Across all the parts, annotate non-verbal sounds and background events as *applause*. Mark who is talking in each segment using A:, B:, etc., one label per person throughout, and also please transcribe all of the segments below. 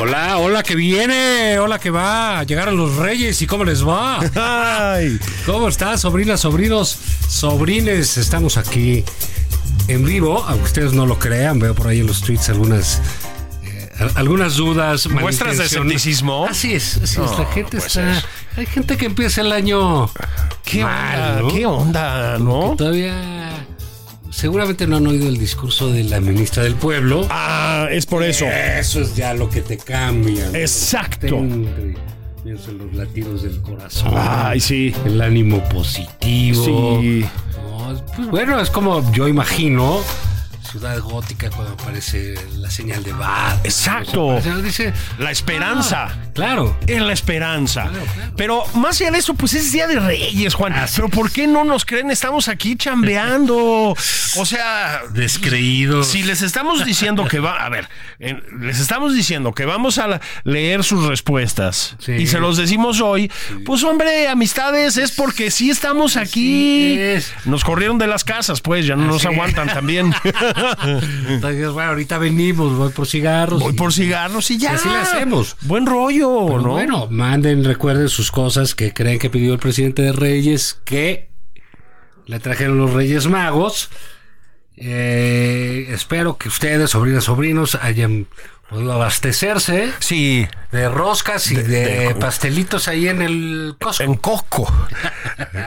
A: Hola, hola que viene, hola que va. Llegaron los reyes y cómo les *laughs* va.
B: Ay,
A: ¿Cómo están, sobrinas, sobrinos, sobrines? Estamos aquí en vivo, aunque ustedes no lo crean. Veo por ahí en los tweets algunas eh, a- algunas dudas,
B: Muestras de
A: malintenciones.
B: escepticismo.
A: Así es, así pues es. La gente
B: puede
A: está.
B: ser.
A: Hay gente que empieza el año.
B: qué
A: mal,
B: onda,
A: ¿no?
B: Ah, qué onda, ¿no?
A: Todavía. Seguramente no han oído el discurso de la ministra del Pueblo.
B: Ah, es por eso.
A: Eso es ya lo que te cambia. ¿no? Este,
B: Exacto.
A: Entre- pienso en los latidos del corazón.
B: Ay, sí.
A: El ánimo positivo.
B: Sí.
A: No, pues bueno, es como yo imagino Ciudad Gótica cuando aparece la señal de bar.
B: Exacto.
A: Dice,
B: La esperanza.
A: ah, claro.
B: En la esperanza.
A: Claro, claro.
B: Pero más allá de eso, pues es Día de Reyes, Juan. Pero ¿por qué no nos creen? Estamos aquí chambeando. O sea,
A: Descreído.
B: Si les estamos diciendo que va, a ver, eh, les estamos diciendo que vamos a la- leer sus respuestas
A: Sí.
B: y se los decimos hoy, pues hombre, amistades, es porque sí estamos aquí.
A: es.
B: Nos corrieron de las casas, pues ya no nos aguantan también.
A: Entonces, bueno, ahorita venimos, voy por
B: *laughs*
A: cigarros.
B: Voy
A: Y-
B: por cigarros y ya.
A: así le hacemos.
B: Buen rollo,
A: Pero
B: ¿no?
A: Bueno, manden, recuerden sus cosas que creen que pidió el presidente de Reyes, que le trajeron los Reyes Magos. Eh, espero que ustedes, sobrinas, sobrinos, hayan podido abastecerse
B: Sí,
A: de roscas y de,
B: de-
A: pastelitos ahí en el Costco.
B: en Costco.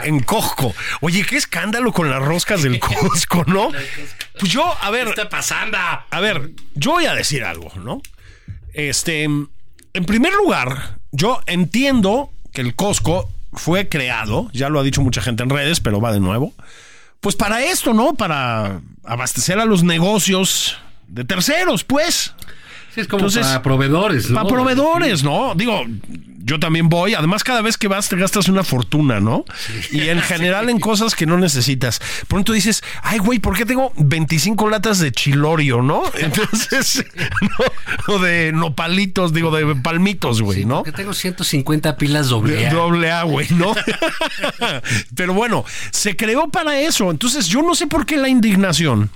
B: en Costco. Oye, qué escándalo con las roscas del Costco, ¿no? Pues yo, a ver,
A: pasando?
B: A ver, yo voy a decir algo, ¿no? Este, en primer lugar, yo entiendo que el Costco fue creado, ya lo ha dicho mucha gente en redes, pero va de nuevo, pues para esto, ¿no? Para abastecer a los negocios de terceros, pues,
A: Sí, es como
B: Entonces,
A: para proveedores, ¿no?
B: para proveedores, ¿no? Digo, yo también voy, además cada vez que vas te gastas una fortuna, ¿no? Y en general en cosas que no necesitas. Pronto dices, ay, güey, ¿por qué tengo 25 latas de chilorio, ¿no? *laughs* Entonces, *laughs* ¿no? o de nopalitos, digo, de palmitos, güey, ¿no?
A: Que tengo 150 pilas doble.
B: De
A: A.
B: Doble A, güey, ¿no? Pero bueno, se creó para eso. Entonces, yo no sé por qué la indignación.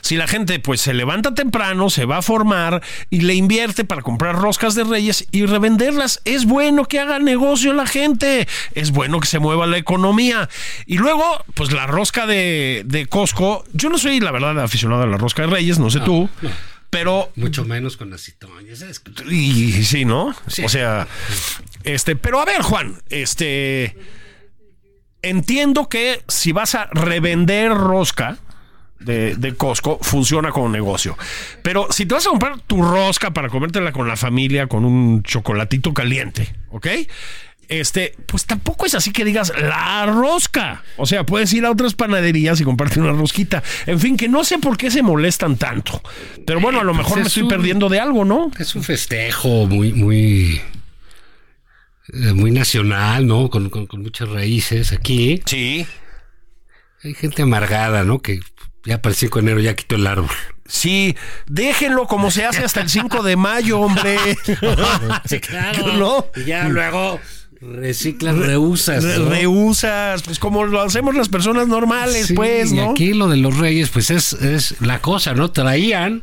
B: Si la gente pues se levanta temprano, se va a formar y le invierte para comprar roscas de reyes y revenderlas, es bueno que haga negocio la gente, es bueno que se mueva la economía. Y luego, pues la rosca de, de Costco, yo no soy la verdad aficionado a la rosca de reyes, no sé tú, pero
A: Mucho menos con las citoñas. es-
B: y sí, ¿no?
A: Sí.
B: O sea, este, pero a ver, Juan, este entiendo que si vas a revender rosca de, de Costco, funciona como negocio. Pero si te vas a comprar tu rosca para comértela con la familia, con un chocolatito caliente, ¿ok? Este, pues tampoco es así que digas la rosca. O sea, puedes ir a otras panaderías y comprarte una rosquita. En fin, que no sé por qué se molestan tanto. Pero bueno, a lo
A: Pues
B: mejor me
A: es
B: estoy
A: un-
B: perdiendo de algo, ¿no?
A: Es un festejo muy, muy, eh, muy nacional, ¿no? Con, con- con muchas raíces aquí.
B: Sí,
A: Hay gente amargada, ¿no? Que ya para el 5 de enero ya quitó el árbol.
B: sí, déjenlo como
A: *laughs*
B: se hace hasta el 5 de mayo, hombre.
A: sí, claro.
B: *laughs* ¿No?
A: Y ya luego Reciclas, reusas.
B: Re-
A: ¿no?
B: Reusas, pues como lo hacemos las personas normales,
A: Sí,
B: pues,
A: y
B: ¿no?
A: aquí lo de los reyes, pues es, es la cosa, ¿no? Traían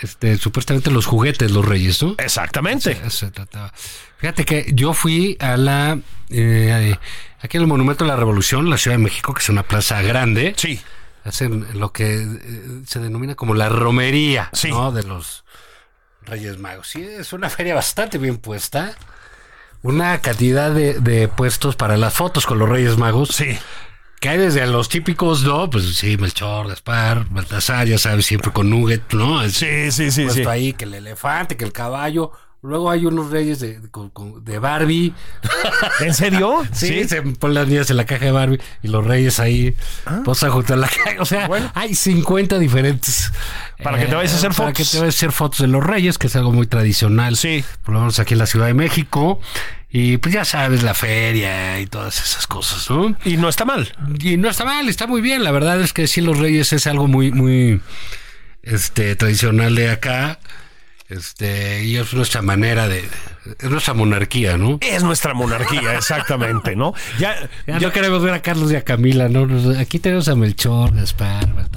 A: este, supuestamente los juguetes los reyes, ¿no?
B: Exactamente.
A: Eso se trataba. Fíjate que yo fui a la. eh, aquí en el Monumento de la Revolución, la Ciudad de México, que es una plaza grande.
B: Sí.
A: Hacen lo que eh, se denomina como la romería,
B: Sí.
A: ¿no? De los Reyes Magos. Sí, es una feria bastante bien puesta. Una cantidad de, de puestos para las fotos con los Reyes Magos.
B: Sí.
A: Que hay desde los típicos, ¿no? Pues sí, Melchor, Gaspar, Baltasar, ya sabes, siempre con Nugget, ¿no? Es-
B: Sí, sí, sí, sí.
A: puesto Pues ahí, que el elefante, que el caballo. Luego hay unos reyes de, de- con- con- de
B: *laughs*
A: Barbie.
B: ¿En serio?
A: *laughs* Sí, se ponen las niñas en la caja de Barbie y los reyes ahí. Vamos a juntar la caja. O sea,
B: Ah. Bueno.
A: hay 50 diferentes. eh,
B: Para que te vayas a hacer
A: para
B: fotos.
A: que te vayas a hacer fotos de los reyes, que es algo muy tradicional.
B: Sí.
A: Por lo menos aquí en la Ciudad de México. Y pues ya sabes, la feria y todas esas cosas, ¿no?
B: Y no está mal.
A: Y no está mal, está muy bien. La verdad es que sí, los Reyes es algo muy, muy este, tradicional de acá. Este, y es nuestra manera de. Es nuestra monarquía, ¿no?
B: Es nuestra monarquía, exactamente, ¿no? Ya,
A: Ya
B: ya-
A: no queremos ver a Carlos y a Camila, ¿no? Nos- Aquí tenemos a Melchor, Gaspar, Baltasar.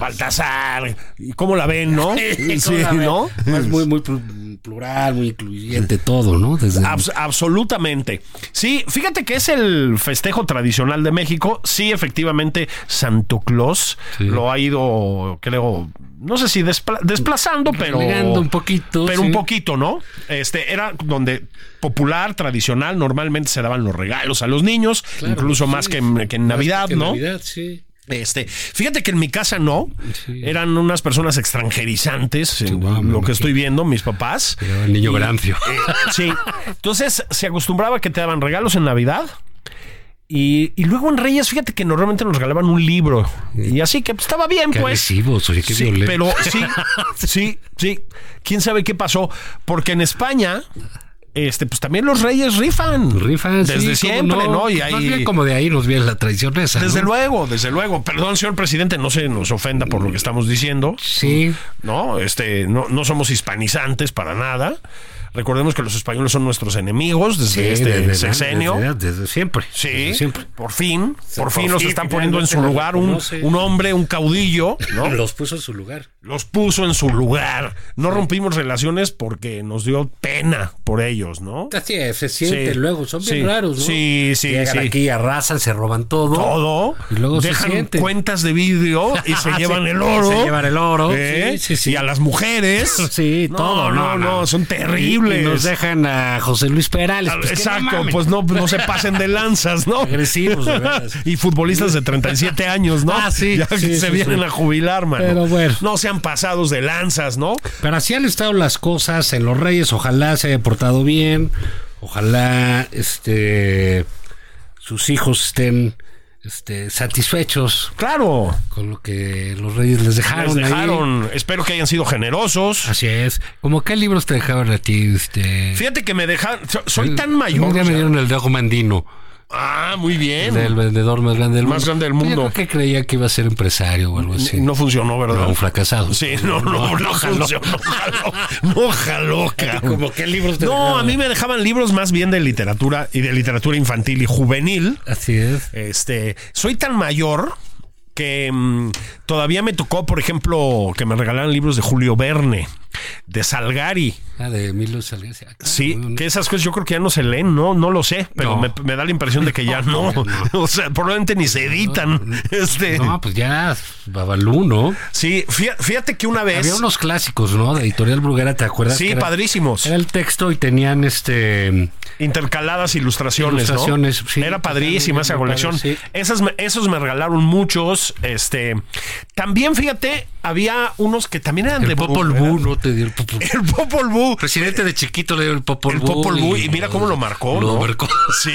B: Baltasar, ¿y ¿cómo la ven,
A: *laughs*
B: no? Sí, ¿no?
A: Es Pues muy, muy pl- plural, muy incluyente todo, ¿no? Desde
B: Abs- absolutamente. Sí, fíjate que es el festejo tradicional de México. Sí, efectivamente, Santo Claus
A: Sí.
B: lo ha ido, creo, no sé si despla- desplazando, pero.
A: Relegando un poquito,
B: Pero
A: sí.
B: un poquito, ¿no? Este era donde popular, tradicional, normalmente se daban los regalos a los niños,
A: Claro,
B: incluso
A: sí.
B: más que en, que en Navidad,
A: Más que
B: ¿no?
A: Navidad, sí.
B: Este, fíjate que en mi casa no,
A: Sí.
B: eran unas personas extranjerizantes, en
A: guau, me
B: lo que
A: imagino.
B: estoy viendo, mis papás.
A: Pero el niño Grancio.
B: Sí. Entonces se acostumbraba que te daban regalos en Navidad. Y, y luego en Reyes, fíjate que normalmente nos regalaban un libro. Y así que pues, estaba bien,
A: Qué
B: pues.
A: agresivos, oye, qué
B: Sí,
A: violentos.
B: pero
A: *laughs*
B: sí, sí, sí. ¿Quién sabe qué pasó? Porque en España, este, pues también los reyes rifan.
A: Rifan, sí,
B: Desde
A: cómo
B: siempre, ¿no? Y
A: Más
B: ahí-
A: bien como de ahí nos viene la traición esa.
B: Desde
A: ¿no?
B: luego, desde luego. Perdón, señor presidente, no se nos ofenda por lo que estamos diciendo.
A: Sí.
B: ¿no? Este, no, no somos hispanizantes para nada. Recordemos que los españoles son nuestros enemigos desde
A: Sí,
B: este
A: desde-
B: sexenio.
A: Desde, desde siempre.
B: Sí,
A: desde siempre.
B: por fin, por fin
A: por
B: los
A: fin,
B: están poniendo en
A: finalmente
B: su
A: los
B: lugar un,
A: reconoce.
B: un hombre, un caudillo, ¿no?
A: *laughs* Los puso en su lugar.
B: Los puso en su lugar. No rompimos relaciones porque nos dio pena por ellos, ¿no?
A: Así es, se sienten
B: Sí.
A: luego, son
B: Sí.
A: bien raros, ¿no?
B: Sí, sí,
A: Llegan
B: sí.
A: aquí, arrasan, se roban todo. *laughs*
B: Todo.
A: Y luego se
B: dejan
A: sienten.
B: cuentas de
A: *laughs*
B: vídeo y se
A: Sí,
B: llevan el oro.
A: se llevan el oro,
B: ¿eh?
A: sí, sí, sí.
B: Y a las mujeres.
A: *laughs* Sí,
B: No,
A: todo.
B: No, no, son terribles.
A: Y, y nos dejan a José Luis Perales.
B: Ah,
A: pues, que no
B: Exacto,
A: mames.
B: pues no, no se pasen de lanzas, ¿no? *laughs*
A: Agresivos, de veras.
B: y futbolistas de 37 años, ¿no?
A: Ah, sí,
B: Ya
A: sí,
B: que se
A: sí,
B: vienen
A: sí.
B: a jubilar, mano.
A: Pero bueno.
B: No sean pasados de lanzas, ¿no?
A: Pero así han estado las cosas en los Reyes. Ojalá se haya portado bien. Ojalá este sus hijos estén este, satisfechos
B: Claro,
A: con lo que los Reyes les dejaron.
B: les
A: ahí.
B: dejaron. Espero que hayan sido generosos.
A: Así es. ¿Cómo qué libros te dejaron a ti? Este,
B: Fíjate que me dejan. so- Soy tan
A: Un
B: mayor.
A: día
B: o
A: me
B: sea.
A: dieron el de Ojo Mandino,
B: Ah, muy bien.
A: el del vendedor más grande del
B: Más
A: mundo.
B: grande del
A: Yo
B: mundo.
A: creo que creía que iba a ser empresario o algo así.
B: No funcionó, ¿verdad?
A: pues No, un fracasado.
B: Sí, no, no, no,
A: jaló.
B: funcionó. No jaló, no jaló, cabrón.
A: ¿Cómo qué libros te
B: No,
A: dejaron?
B: a mí me dejaban libros más bien de literatura y de literatura infantil y juvenil.
A: Así es.
B: Este, soy tan mayor que mm, todavía me tocó, por ejemplo, que me regalaran libros de Julio Verne, de Salgari.
A: Ah, de Emilio Salgari. Ah,
B: Sí,
A: muy bonito.
B: que esas cosas yo creo que ya no se leen, no, no lo sé, pero
A: No.
B: me, me da la impresión de
A: *laughs*
B: que ya no. *laughs* O sea, probablemente ni se editan. Este,
A: No, pues ya, Babalú, ¿no?
B: sí, fía- fíjate que una vez.
A: Había unos clásicos, ¿no? De Editorial Bruguera, ¿te acuerdas?
B: Sí,
A: Que era-
B: padrísimos.
A: Era el texto y tenían este.
B: Intercaladas ilustraciones, ¿no?
A: Ilustraciones, sí.
B: Era padrísima esa
A: Muy padre,
B: colección.
A: sí.
B: Esas me- esos me regalaron muchos. Este, también fíjate, había unos que también eran de
A: El Popol
B: Bru-
A: Vuh, ¿no? Te dio el
B: *laughs*
A: Popol Vuh.
B: El Popol Vuh.
A: Presidente de chiquito le dio el Popol
B: El
A: Vuh
B: Popol Vuh, y mira cómo lo marcó,
A: Lo
B: ¿no?
A: marcó.
B: *laughs*
A: *laughs*
B: Sí.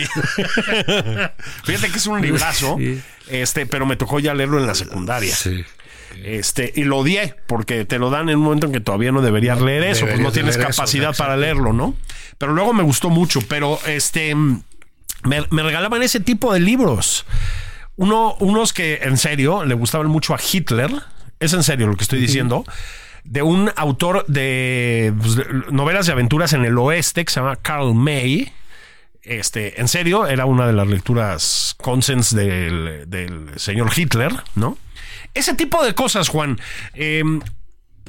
B: Fíjate que es un librazo.
A: Sí.
B: Este, pero me tocó ya leerlo en la secundaria.
A: Sí.
B: Este, y lo odié, porque te lo dan en un momento en que todavía no deberías leer eso, pues no
A: Deberías
B: tienes
A: leer eso,
B: capacidad
A: exacto.
B: para leerlo, ¿no? Pero luego me gustó mucho, pero este mm, me, me regalaban ese tipo de libros. Uno, unos que en serio le gustaban mucho a Hitler, es en serio lo que estoy diciendo, de un autor de, pues, de novelas de aventuras en el oeste que se llama Carl May. Este, en serio, era una de las lecturas consens del, del señor Hitler, ¿no? Ese tipo de cosas, Juan. eh,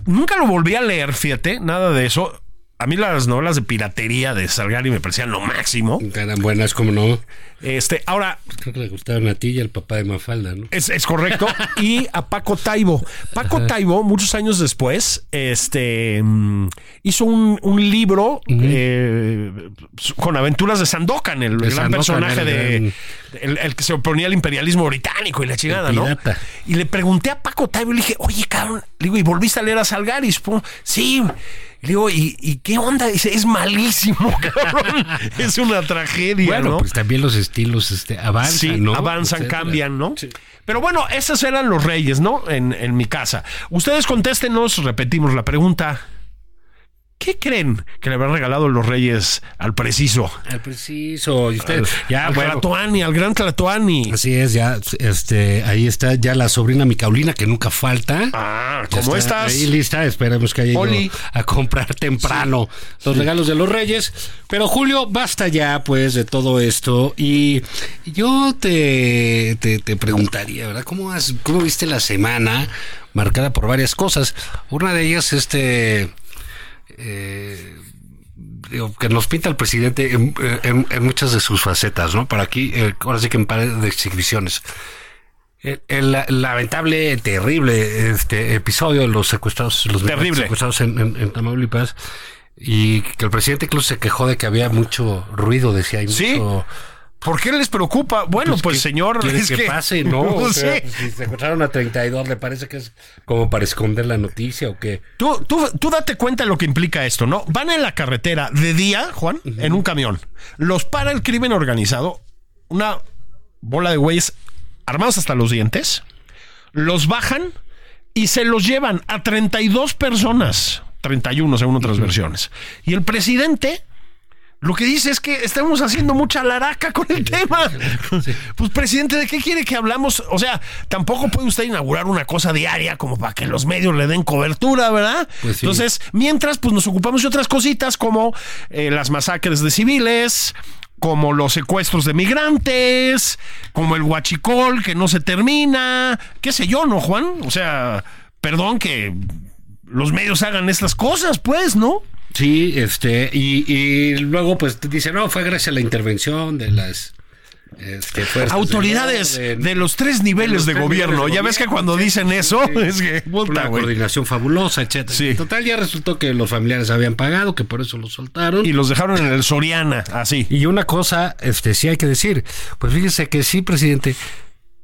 B: nunca lo volví a leer, fíjate, nada de eso. A mí las novelas de piratería de Salgari me parecían lo máximo.
A: Eran buenas, como no. Pues
B: Este, ahora,
A: Creo que le gustaron a ti y al papá de Mafalda, ¿no?
B: es, es correcto. Y a Paco Taibo. Paco Taibo, muchos años después, este mm, hizo un, un libro eh, con aventuras de Sandokan, el,
A: De
B: gran
A: Sandokan,
B: personaje
A: el
B: de.
A: gran-
B: El, el que se oponía al imperialismo británico y la chingada,
A: El
B: ¿no?
A: pirata.
B: Y le pregunté a Paco Taibo y le dije, oye, cabrón, le digo, ¿y volviste a leer a Salgaris? Po, sí. Le digo, ¿y, y qué onda? Dice, es malísimo, *laughs* cabrón. es una tragedia,
A: Bueno,
B: ¿no?
A: pues también los estilos este, avanzan,
B: sí,
A: ¿no?
B: avanzan,
A: Etcétera.
B: cambian, ¿no? Pero bueno, esos eran los reyes, ¿no? En, en mi casa. Ustedes contéstenos, repetimos la pregunta. ¿Qué creen que le habrán regalado los reyes al preciso?
A: Al preciso. Y usted,
B: Ya,
A: ya,
B: al
A: bueno,
B: Tlatoani, al gran Tlatoani.
A: Así es, ya, este, ahí está ya la sobrina Micaulina, que nunca falta.
B: Ah,
A: Ya
B: ¿cómo
A: está
B: estás?
A: Ahí lista, esperemos que haya ido
B: Oli.
A: a comprar temprano los regalos de los Reyes. Pero Julio, basta ya pues de todo esto. Y yo te, te, te preguntaría, ¿verdad? ¿Cómo, has, ¿Cómo viste la semana marcada por varias cosas? Una de ellas, este... eh, digo, que nos pinta el presidente en, en- en muchas de sus facetas, ¿no? Para aquí, eh, ahora sí que en par de exhibiciones. El, el la- lamentable, terrible este episodio de los secuestrados, los
B: Terrible.
A: secuestrados en, en- en Tamaulipas, y que el presidente incluso se quejó de que había mucho ruido, decía, hay
B: Sí. *laughs*
A: mucho...
B: ¿Por qué les preocupa? Bueno, pues,
A: ¿qué
B: señor,
A: quiere
B: es
A: que,
B: que *laughs*
A: pase, ¿no?
B: no
A: O sea,
B: sé.
A: pues, si secuestraron a 32, ¿le parece que es como para esconder la noticia o qué?
B: Tú, tú, tú date cuenta de lo que implica esto, ¿no? Van en la carretera de día, Juan, en un camión. Los para el crimen organizado, una bola de güeyes armados hasta los dientes, los bajan y se los llevan a 32 personas, 31 según otras versiones. Y el presidente lo que dice es que estamos haciendo mucha laraca con el tema. *laughs* Pues, presidente, ¿de qué quiere que hablamos? O sea, tampoco puede usted inaugurar una cosa diaria como para que los medios le den cobertura, ¿verdad?
A: Pues sí.
B: Entonces, mientras, pues nos ocupamos de otras cositas como eh, las masacres de civiles, como los secuestros de migrantes, como el huachicol que no se termina, qué sé yo, ¿no, Juan? O sea, perdón que los medios hagan estas cosas, pues, ¿no?
A: Sí, este, y, y luego pues te dice, no, fue gracias a la intervención de las este, fuerzas
B: autoridades
A: del
B: de,
A: orden,
B: los tres niveles
A: los
B: de
A: tres
B: gobierno.
A: niveles de
B: Ya ves que
A: gobierno,
B: cuando
A: sí,
B: dicen
A: sí,
B: eso,
A: sí.
B: *laughs* es que puta,
A: una
B: güey.
A: coordinación fabulosa, etcétera.
B: Sí.
A: Total, ya resultó que los familiares habían pagado, que por eso los soltaron.
B: Y los dejaron en el Soriana, así.
A: Y una cosa, este, sí hay que decir, pues fíjese que sí, presidente,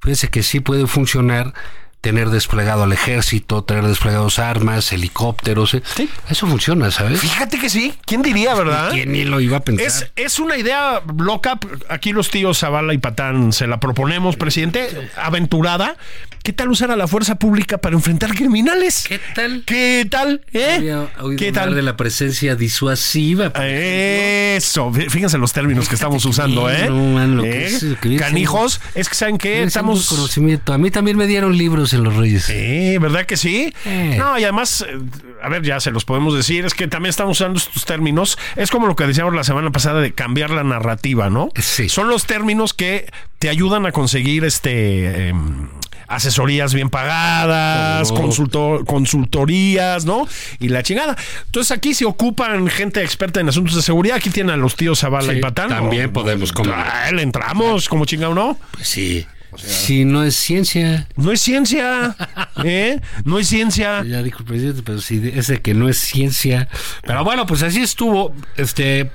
A: fíjese que sí puede funcionar tener desplegado al ejército, tener desplegados armas, helicópteros, eh.
B: Sí.
A: eso funciona, ¿sabes?
B: Fíjate que sí. ¿Quién diría, verdad?
A: ¿Quién ni lo iba a pensar?
B: Es, es una idea loca. Aquí los tíos Zavala y Patán se la proponemos, presidente. Aventurada. ¿Qué tal usar a la fuerza pública para enfrentar criminales?
A: ¿Qué tal?
B: ¿Qué tal? ¿Eh?
A: Había
B: *laughs*
A: oído
B: ¿Qué
A: hablar
B: tal? Eh, Ah,
A: de la presencia disuasiva. por
B: Eso, fí- fíjense los términos que estamos usando, ¿eh?
A: no, man, lo que
B: ¿Eh?
A: es- lo que es-
B: Canijos, es que saben que
A: Tiene
B: estamos... Eh,
A: mucho conocimiento. A mí también me dieron libros en los Reyes.
B: Sí, ¿verdad que sí?
A: Eh.
B: No, y además, eh, a ver, ya se los podemos decir, es que también estamos usando estos términos. Es como lo que decíamos la semana pasada de cambiar la narrativa, ¿no?
A: Sí.
B: Son los términos que te ayudan a conseguir este em, asesorías bien pagadas,
A: Todo.
B: consultor- consultorías, ¿no? Y la chingada. Entonces aquí se ocupan gente experta en asuntos de seguridad. Aquí tienen a los tíos Zavala
A: Sí,
B: y Patán.
A: también podemos, cómo no.
B: Ah, le entramos, como chingado, ¿no?
A: Pues sí. si no es ciencia,
B: No es ciencia, *laughs* ¿eh? No es ciencia.
A: ya dijo el presidente, pero si de- es de que no es ciencia. Pero bueno, pues así estuvo. Este,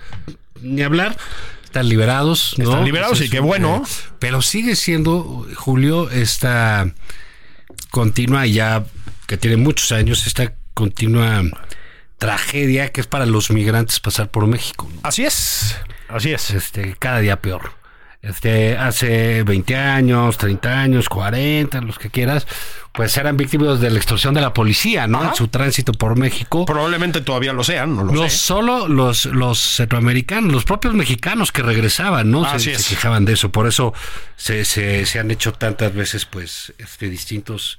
A: ni hablar. Están liberados, ¿no?
B: Están liberados
A: Pues
B: y
A: es
B: qué
A: un-
B: bueno.
A: eh, Pero sigue siendo, Julio, esta continua y ya que tiene muchos años, esta continua tragedia que es para los migrantes pasar por México. ¿no?
B: Así es. Así es.
A: este, cada día peor. Este, hace 20 años, 30 años, 40, los que quieras, pues eran víctimas de la extorsión de la policía, ¿no? En su tránsito por México.
B: Probablemente todavía lo sean, no lo
A: no
B: sé.
A: solo los, los centroamericanos, los propios mexicanos que regresaban, ¿no?
B: Así
A: se,
B: es.
A: se quejaban de eso. Por eso se, se, se han hecho tantas veces, pues, este, distintos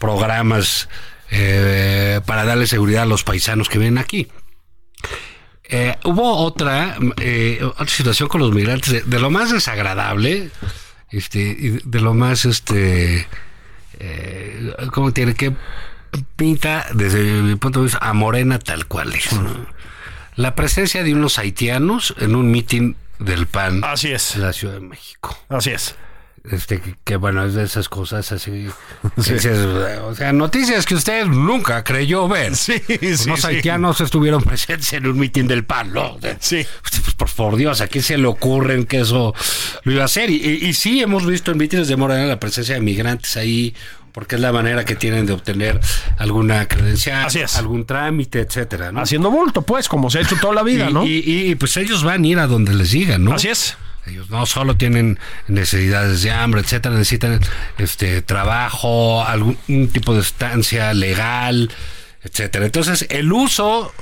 A: programas eh, para darle seguridad a los paisanos que vienen aquí. Eh, hubo otra, eh, otra situación con los migrantes, de, de lo más desagradable, este, y de- de lo más, este, eh, ¿cómo tiene que pinta desde mi punto de vista a Morena tal cual es? ¿no? La presencia de unos haitianos en un mitin del PAN
B: Así es.
A: en la Ciudad de México.
B: Así es.
A: Este, que, que, bueno, es de esas cosas así. que dices, o sea, noticias que usted nunca creyó ver.
B: Sí, sí.
A: Los
B: sí.
A: haitianos estuvieron presentes en un mitin del PAN, ¿no? De-
B: Sí.
A: pues, por, por Dios, ¿a qué se le ocurren que eso lo iba a hacer? Y, y- y sí hemos visto en mítines de Morena la presencia de migrantes ahí, porque es la manera que tienen de obtener alguna credencial,
B: Así es.
A: algún trámite, etcétera, ¿no?
B: Haciendo bulto, pues, como se ha hecho toda la vida,
A: Y,
B: ¿no?
A: y- y- y, pues ellos van a ir a donde les digan, ¿no?
B: Así es.
A: Ellos no solo tienen necesidades de hambre, etcétera, necesitan este trabajo, algún un tipo de estancia legal, etcétera. Entonces, el uso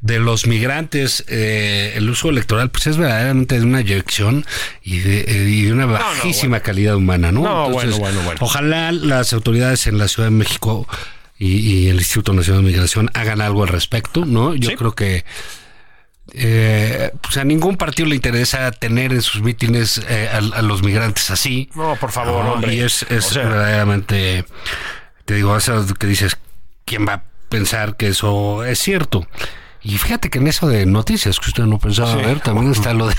A: de los migrantes, eh, el uso electoral, pues es verdaderamente de una inyección y de, eh, y de una bajísima calidad humana, ¿no?
B: No, bueno, bueno, bueno.
A: Ojalá las autoridades en la Ciudad de México y, y el Instituto Nacional de Migración hagan algo al respecto, ¿no? Yo
B: Sí.
A: creo que eh, pues a ningún partido le interesa tener en sus mítines eh, a, a los migrantes así.
B: No, por favor, hombre.
A: Y es, es
B: O sea-
A: verdaderamente, te digo, eso que dices, ¿quién va a pensar que eso es cierto? Y fíjate que en eso de noticias que usted no pensaba ver, también está lo de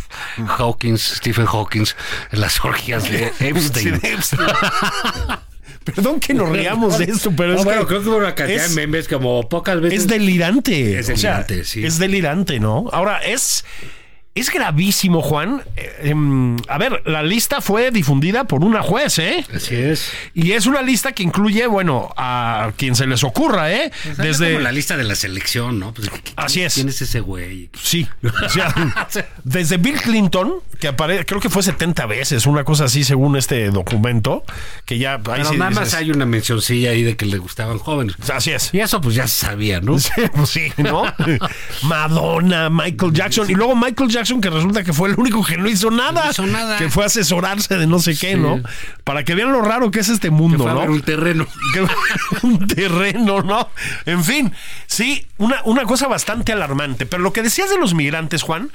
A: *laughs* Hawkins, Stephen Hawkins, en las orgias de
B: *laughs* Sí,
A: Epstein.
B: de *laughs* Epstein. Perdón que nos riamos de esto, pero
A: No,
B: es
A: bueno,
B: que
A: creo que hubo una cantidad
B: es-
A: de memes como pocas veces.
B: Es delirante.
A: Es
B: o sea,
A: delirante, sí.
B: Es delirante, ¿no? Ahora, es, es gravísimo, Juan. Eh, em, a ver, la lista fue difundida por una juez, ¿eh?
A: Así es.
B: Y es una lista que incluye, bueno, a quien se les ocurra, ¿eh?
A: Desde
B: Desde.
A: Pues, la lista de la selección, ¿no? Pues, ¿quién-
B: Así es.
A: ¿Quién es ese güey? Pues
B: Sí, o sea,
A: *laughs*
B: desde Bill Clinton, que aparece, creo que fue 70 veces, una cosa así según este documento, que ya... ahí
A: Pero
B: sí
A: nada más
B: dices-
A: hay una mencioncilla ahí de que le gustaban jóvenes.
B: Así es. *laughs*
A: Y eso pues ya se sabía, ¿no?
B: Sí, pues sí,
A: *laughs*
B: ¿no? Madonna, Michael Jackson. Y luego Michael Jackson, que resulta que fue el único que no hizo nada.
A: hizo nada.
B: Que fue a asesorarse de no sé qué, ¿no? Para que vean lo raro que es este mundo,
A: Fue a
B: ¿no?
A: ver un terreno.
B: Que- *laughs* un terreno, ¿no? En fin, sí, una, una cosa bastante alarmante. Pero lo que decías de los migrantes, Juan,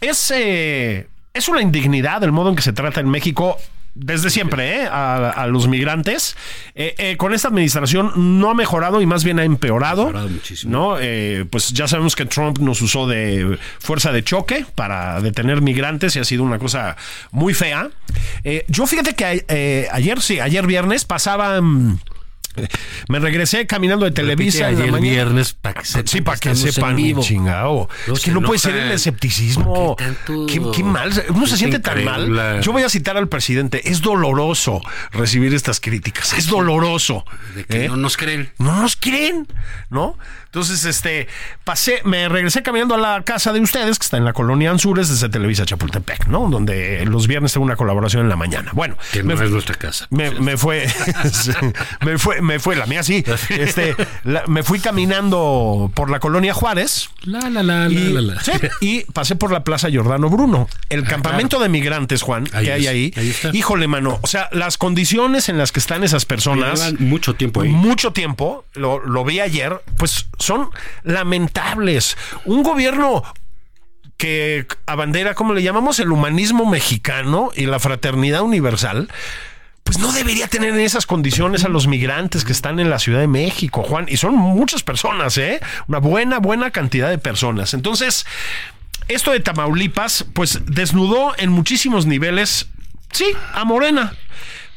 B: es, eh, es una indignidad el modo en que se trata en México. Desde siempre, ¿eh? a, a los migrantes. Eh, eh, con esta administración no ha mejorado y más bien ha empeorado.
A: Empeorado muchísimo.
B: ¿no? Eh, pues ya sabemos que Trump nos usó de fuerza de choque para detener migrantes y ha sido una cosa muy fea. Eh, yo fíjate que a- eh, ayer, sí, ayer viernes pasaba... mm, eh, *laughs* me regresé caminando de Televisa en la
A: ayer
B: mañana.
A: viernes para que sepan
B: Sí, para que
A: estamos en
B: sepan,
A: vivo.
B: chingado.
A: Luego
B: Es que
A: se
B: no puede ser
A: enojan.
B: el escepticismo.
A: ¿Por qué tanto?
B: Qué, qué mal. Uno se
A: Es
B: siente tan mal.
A: increíble.
B: Yo voy a citar al presidente. Es doloroso recibir estas críticas. Es doloroso.
A: De que
B: ¿eh?
A: no nos creen.
B: no nos creen, ¿no? Entonces, este, pasé, me regresé caminando a la casa de ustedes, que está en la colonia Anzures, desde Televisa Chapultepec, ¿no? Donde los viernes tengo una colaboración en la mañana. Bueno,
A: Que
B: me,
A: no es nuestra casa.
B: me, me fue, *laughs* sí, me fue, me fue, la mía
A: *laughs*
B: sí. Este, la- me fui caminando por la colonia Juárez.
A: La, la, la,
B: Y,
A: Ah, la, la, la. *laughs*
B: sí, y pasé por la Plaza Giordano Bruno, el campamento de migrantes, Juan,
A: Ahí
B: que hay
A: es,
B: ahí.
A: ahí está.
B: Híjole, mano, o sea, las condiciones en las que están esas personas
A: Llevan mucho tiempo ahí.
B: Pues mucho tiempo, lo, lo vi ayer, pues son lamentables. Un gobierno que abandera, como le llamamos, el humanismo mexicano y la fraternidad universal, pues no debería tener en esas condiciones a los migrantes que están en la Ciudad de México, Juan. Y son muchas personas, ¿eh? Una buena, buena cantidad de personas. Entonces, esto de Tamaulipas, pues desnudó en muchísimos niveles, sí, a Morena.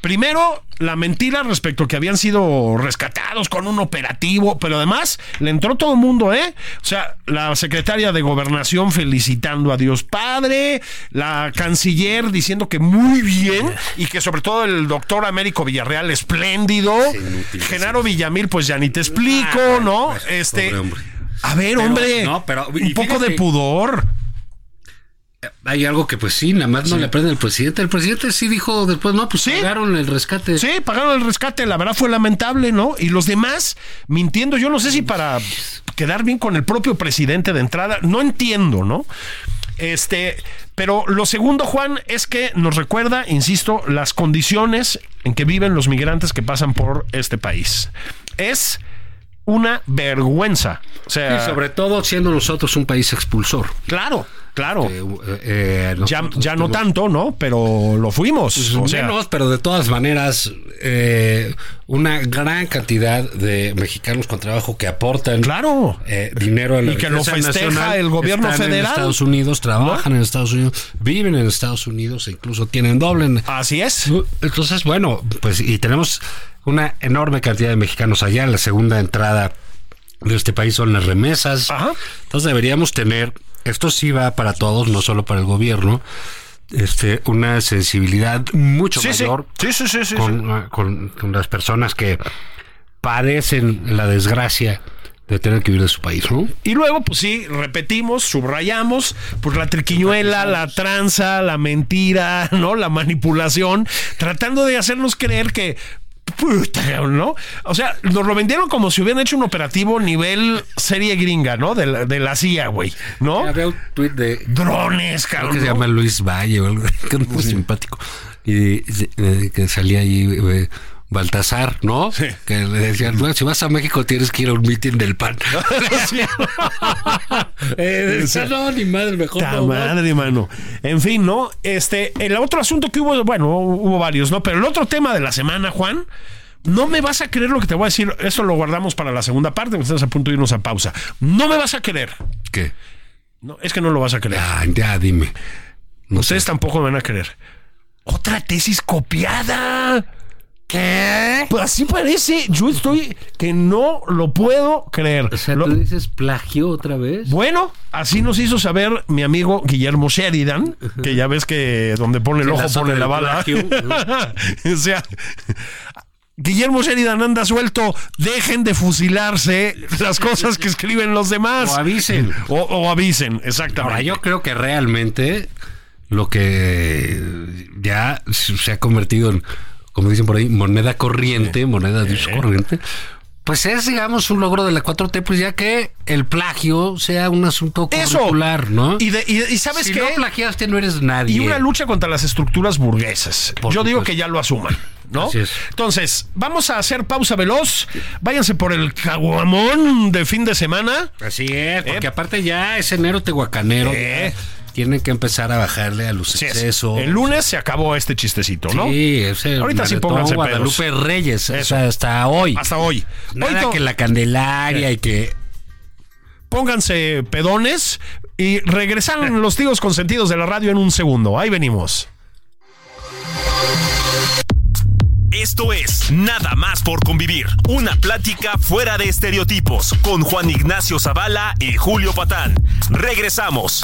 B: Primero, la mentira respecto a que habían sido rescatados con un operativo, pero además le entró todo el mundo, ¿eh? O sea, la secretaria de Gobernación felicitando a Dios Padre, la canciller diciendo que muy bien y que sobre todo el doctor Américo Villarreal espléndido,
A: inútil,
B: Genaro Villamil, pues ya ni te explico,
A: Ah,
B: ¿no?
A: pues,
B: Este,
A: pobre hombre.
B: a ver,
A: Pero,
B: hombre,
A: no, pero-
B: un
A: y
B: poco de
A: fíjate-
B: pudor.
A: Hay algo que pues sí, nada más no le aprende al presidente. El presidente sí dijo después, no, pues
B: Sí.
A: pagaron el rescate.
B: Sí, pagaron el rescate, la verdad fue lamentable, ¿no? Y los demás, mintiendo, yo no sé si para quedar bien con el propio presidente de entrada, no entiendo, ¿no? Este, pero lo segundo, Juan, es que nos recuerda, insisto, las condiciones en que viven los migrantes que pasan por este país. Es una vergüenza. O sea,
A: Y sobre todo siendo nosotros un país expulsor.
B: claro, claro.
A: Eh, eh,
B: ya,
A: nosotros
B: ya no
A: fuimos-
B: tanto, ¿no? Pero lo fuimos. o sea,
A: menos, pero de todas maneras, eh, una gran cantidad de mexicanos con trabajo que aportan
B: claro.
A: eh, dinero a la
B: Y que lo
A: riqueza
B: festeja
A: nacional,
B: el gobierno
A: están
B: federal,
A: En Estados Unidos, trabajan en Estados Unidos, viven en Estados Unidos e incluso tienen doble. en-
B: Así es.
A: Entonces, bueno, pues y tenemos una enorme cantidad de mexicanos allá. La segunda entrada de este país son las remesas.
B: Ajá.
A: Entonces deberíamos tener, esto sí va para todos, no solo para el gobierno, este, una sensibilidad mucho
B: Sí, sí.
A: mayor
B: Sí, sí, sí, sí, sí.
A: con, ah, con- con las personas que padecen la desgracia de tener que vivir de su país, ¿no?
B: Y luego, pues sí, repetimos, subrayamos, pues la triquiñuela, la tranza, la mentira, *laughs* ¿no? La manipulación, tratando de hacernos creer que. Puta, ¿no? O sea, nos lo vendieron como si hubieran hecho un operativo nivel serie gringa, ¿no? De la, de la CIA, güey, ¿no?
A: Había un tuit de
B: Drones,
A: Creo que
B: cabrón.
A: se
B: ¿no? *laughs*
A: llama Luis Valle o algo, *laughs* que es muy simpático. Y se- eh, que salía ahí eh, Baltasar, ¿no? Que le decían, "No, si vas a México tienes que ir a un mitin del PAN.
B: Sí.
A: *laughs* Eh, no, ni madre, mejor
B: Ta
A: no, ¿no?
B: madre, mano. En fin, ¿no? Este, el otro asunto que hubo, bueno, hubo varios, ¿no? Pero el otro tema de la semana, Juan, no me vas a creer lo que te voy a decir. Eso lo guardamos para la segunda parte, porque estamos a punto de irnos a pausa. No me vas a creer.
A: ¿Qué?
B: No, es que no lo vas a creer.
A: Ah, ya, dime. No sé.
B: Ustedes tampoco me van a creer. Otra tesis copiada. ¿Qué? Pues así parece. Yo estoy que no lo puedo creer.
A: O sea,
B: Lo-
A: tú dices plagio otra vez.
B: Bueno, así nos hizo saber mi amigo Guillermo Sheridan, que ya ves que donde pone el
A: Que la
B: ojo
A: zona
B: pone
A: del
B: la bala. *laughs*
A: plagio,
B: o sea, Guillermo Sheridan anda suelto, dejen de fusilarse las cosas que escriben los demás.
A: O avisen.
B: O, o avisen,
A: Ahora,
B: exactamente.
A: yo creo que realmente lo que ya se ha convertido en, como dicen por ahí, moneda corriente, moneda de uso corriente, pues es, digamos, un logro de la 4T, pues ya que el plagio sea un asunto
B: Eso.
A: curricular, ¿no?
B: Y, de- y- y sabes
A: si
B: qué?
A: no plagiaste, no eres nadie.
B: Y una lucha contra las estructuras burguesas.
A: Por
B: Yo digo
A: supuesto.
B: que ya lo asuman, ¿no?
A: Así es.
B: Entonces, vamos a hacer pausa veloz. Váyanse por el caguamón de fin de semana.
A: Así es, porque aparte ya es enero tehuacanero.
B: Eh.
A: ya Tienen que empezar a bajarle a los
B: Así es.
A: excesos.
B: El lunes se acabó este chistecito, ¿no?
A: Sí, ese
B: Ahorita sí
A: maratón
B: pónganse pedos.
A: Guadalupe Reyes, o sea, hasta hoy.
B: Hasta hoy.
A: Nada
B: Hoy to-
A: que la Candelaria y que
B: Pónganse pedones y
A: *laughs*
B: regresan los tíos consentidos de la radio en un segundo. Ahí venimos.
C: Esto es Nada más por convivir, una plática fuera de estereotipos con Juan Ignacio Zavala y Julio Patán. Regresamos.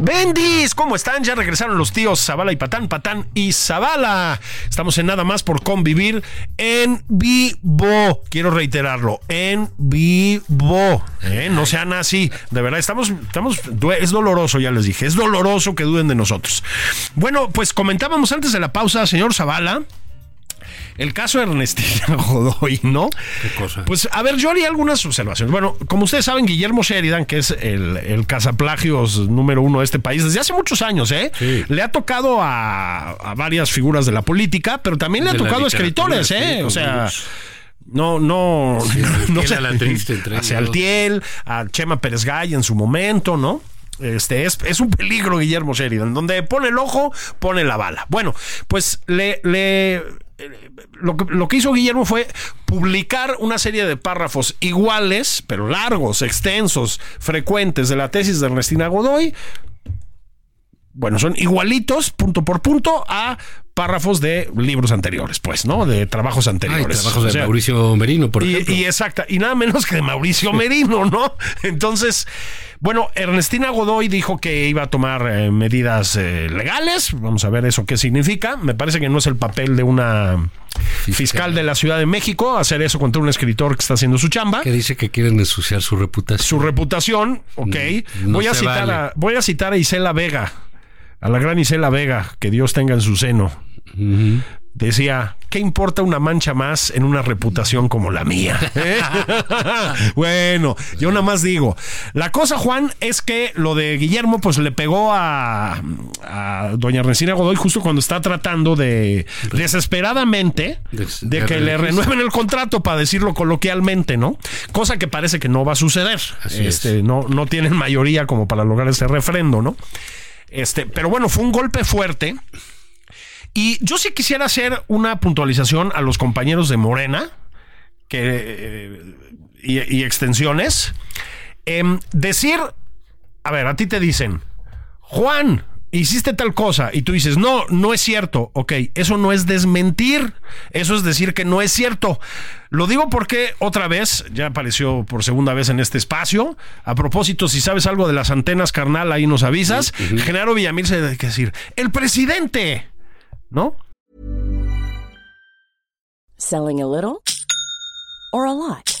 B: Bendis, ¿cómo están? Ya regresaron los tíos Zavala y Patán, Patán y Zavala. Estamos en nada más por convivir en vivo. Quiero reiterarlo, en vivo. ¿eh? No sean así. De verdad, estamos, estamos, due- es doloroso, ya les dije, es doloroso que duden de nosotros. Bueno, pues comentábamos antes de la pausa, señor Zavala. El caso de Ernestina *laughs* Godoy, ¿no?
A: ¿Qué cosa?
B: Pues a ver, yo haría algunas observaciones. Bueno, como ustedes saben, Guillermo Sheridan, que es el, el cazaplagios número uno de este país desde hace muchos años, ¿eh?
A: Sí.
B: Le ha tocado a, a varias figuras de la política, pero también le ha
A: De la
B: tocado a
A: literatura,
B: escritores, ¿eh?
A: sí,
B: o sea.
A: algunos.
B: No, no, *laughs* no
A: Tiel
B: sé.
A: a la triste, entre
B: a
A: ellos.
B: Saltiel, a Chema Pérez Gay en su momento, ¿no? Este es, es un peligro, Guillermo Sheridan. Donde pone el ojo, pone la bala. Bueno, pues le, le- lo, que, lo que hizo Guillermo fue publicar una serie de párrafos iguales, pero largos, extensos, frecuentes de la tesis de Ernestina Godoy, bueno, son igualitos punto por punto a párrafos de libros anteriores, pues, ¿no? De trabajos
A: Hay
B: anteriores.
A: trabajos de
B: O sea,
A: Mauricio Merino, por
B: y,
A: ejemplo.
B: y exacta, y nada menos que de Mauricio Merino, ¿no? Entonces, bueno, Ernestina Godoy dijo que iba a tomar eh, medidas eh, legales. Vamos a ver eso qué significa. Me parece que no es el papel de una fiscal, de la Ciudad de México hacer eso contra un escritor que está haciendo su chamba.
A: que dice que quieren ensuciar su reputación.
B: Su reputación, ok.
A: Mm, no
B: voy, a
A: se
B: citar
A: vale.
B: a, voy a citar a Isela Vega, a la gran Isela Vega, que Dios tenga en su seno.
A: Ujú.
B: Decía, ¿qué importa una mancha más en una reputación como la
A: *laughs*
B: mía? ¿Eh? *laughs* bueno, yo nada más digo. La cosa, Juan, es que lo de Guillermo, pues le pegó a, a doña Rencina Godoy justo cuando está tratando de desesperadamente
A: De-
B: de
A: de
B: que le
A: renovar.
B: renueven el contrato, para decirlo coloquialmente, ¿no? Cosa que parece que no va a suceder.
A: Así es.
B: Este, no, no tienen mayoría como para lograr ese refrendo, ¿no? Este, pero bueno, fue un golpe fuerte. Y yo sí quisiera hacer una puntualización a los compañeros de Morena que, eh, y, y extensiones. Em, decir, a ver, a ti te dicen, Juan, hiciste tal cosa, y tú dices, no, no es cierto. Ok, eso no es desmentir, eso es decir que no es cierto. Lo digo porque otra vez, ya apareció por segunda vez en este espacio. A propósito, si sabes algo de las antenas, carnal, ahí nos avisas. Genaro Villamil se debe que decir, el presidente, ¿no?
D: Selling a little or a lot?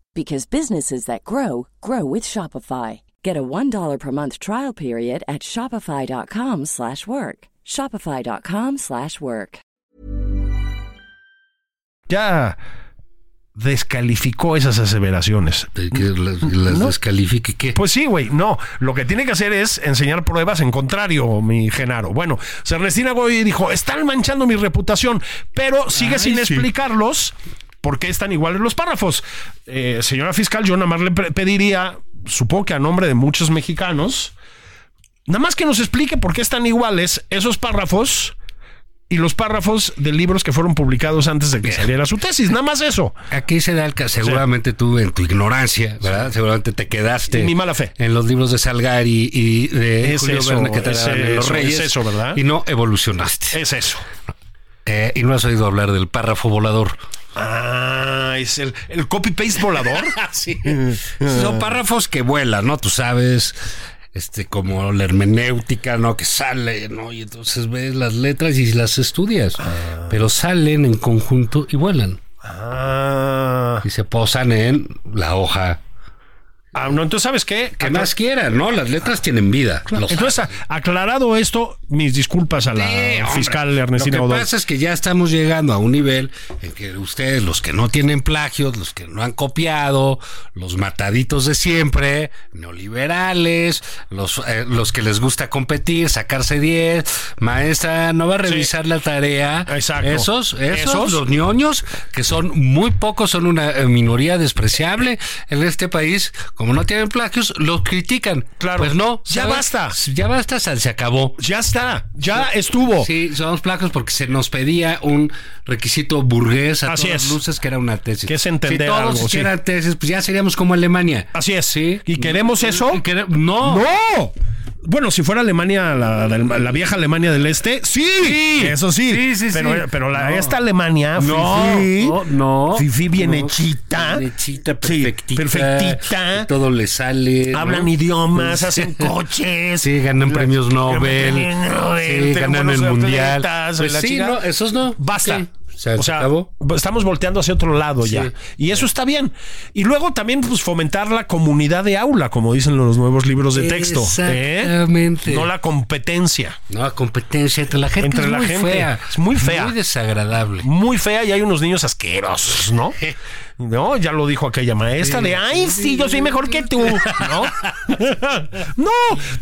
D: because businesses that grow grow with Shopify. Get a $1 per month trial period at shopify.com/work. slash work. shopify.com/work. slash work.
B: Ya descalificó esas aseveraciones.
A: De que las, las
B: Mm, No.
A: descalifique. ¿Qué?
B: Pues sí, güey, no. Lo que tiene que hacer es enseñar pruebas en contrario, mi Genaro. Bueno, o sea, Ernestina Godoy dijo, están manchando mi reputación, pero sigue
A: Ay,
B: sin
A: sí.
B: explicarlos por qué están iguales los párrafos. Eh, señora fiscal, yo nada más le pre- pediría, supongo que a nombre de muchos mexicanos, nada más que nos explique por qué están iguales esos párrafos. Y los párrafos de libros que fueron publicados antes de que saliera su tesis, nada más eso.
A: Aquí se da el caso. Seguramente tú, en tu ignorancia, ¿verdad? Seguramente te quedaste.
B: En mi mala fe.
A: En los libros de Salgari y de
B: Es
A: Julio
B: eso,
A: Verne que te
B: es
A: daban en Los
B: eso, es
A: Reyes.
B: eso, ¿verdad?
A: Y no evolucionaste.
B: Es eso.
A: Eh, y no has oído hablar del párrafo volador.
B: Ah, es el, el copy-paste volador.
A: *laughs* Ah, Son párrafos que vuelan, ¿no? Tú sabes, este, como la hermenéutica, ¿no? Que sale, ¿no? Y entonces ves las letras y las estudias. Pero salen en conjunto y vuelan.
B: Ah.
A: Y se posan en la hoja.
B: Ah, no, entonces, ¿sabes qué?
A: Que más quieran, ¿no? Las letras tienen vida. lo
B: Entonces, a- aclarado esto, mis disculpas a la
A: Sí, hombre.
B: fiscal Ernestina
A: Lo que
B: Godoy.
A: pasa es que ya estamos llegando a un nivel en que ustedes, los que no tienen plagios, los que no han copiado, los mataditos de siempre, neoliberales, los, eh, los que les gusta competir, sacarse 10, maestra, no va a revisar la tarea.
B: Exacto.
A: Esos, esos,
B: Esos.
A: los ñoños, que son muy pocos, son una eh, minoría despreciable en este país, como no tienen plagios, los critican.
B: Claro.
A: Pues no.
B: Ya
A: ¿sabes?
B: basta.
A: Ya basta, sal- se acabó.
B: Ya está, ya estuvo.
A: Sí, somos placos porque se nos pedía un requisito burgués a
B: Así
A: todas
B: es.
A: luces que era una tesis.
B: Que es entender
A: si todos
B: algo, sí.
A: hicieran tesis, pues ya seríamos como Alemania.
B: Así es.
A: Sí. Mm,
B: ¿Y queremos eso?
A: Y quere- no.
B: ¡No! Bueno, si fuera Alemania, la, la- la vieja Alemania del Este, sí, eso sí.
A: Sí, sí, sí.
B: pero pero la,
A: No.
B: esta Alemania,
A: No,
B: fifí,
A: no, no.
B: fifí bien
A: No,
B: hechita.
A: bien hechita,
B: ¿Ah? Sí,
A: perfectita.
B: perfectita.
A: y todo le sale.
B: Hablan
A: ¿no?
B: idiomas,
A: Sí.
B: hacen coches.
A: Sí, ganan
B: La-
A: premios Nobel.
B: Ganan Nobel,
A: sí,
B: tienen eh,
A: ganan el
B: buenos
A: mundial.
B: atletas,
A: Pues
B: la
A: sí,
B: chingada.
A: no, esos no.
B: Basta.
A: Sí. Se acabó.
B: estamos volteando hacia otro lado ya. Y eso está bien. Y luego también pues, fomentar la comunidad de aula, como dicen los nuevos libros de texto. ¿eh?
A: Exactamente.
B: No la competencia.
A: No, la competencia entre la gente
B: Entre
A: es
B: la
A: muy
B: gente.
A: fea.
B: Es muy fea.
A: Muy desagradable.
B: Muy fea y hay unos niños asquerosos, ¿no? No, ya lo dijo aquella maestra de, ay, sí, yo soy mejor que tú, ¿no? *laughs* no,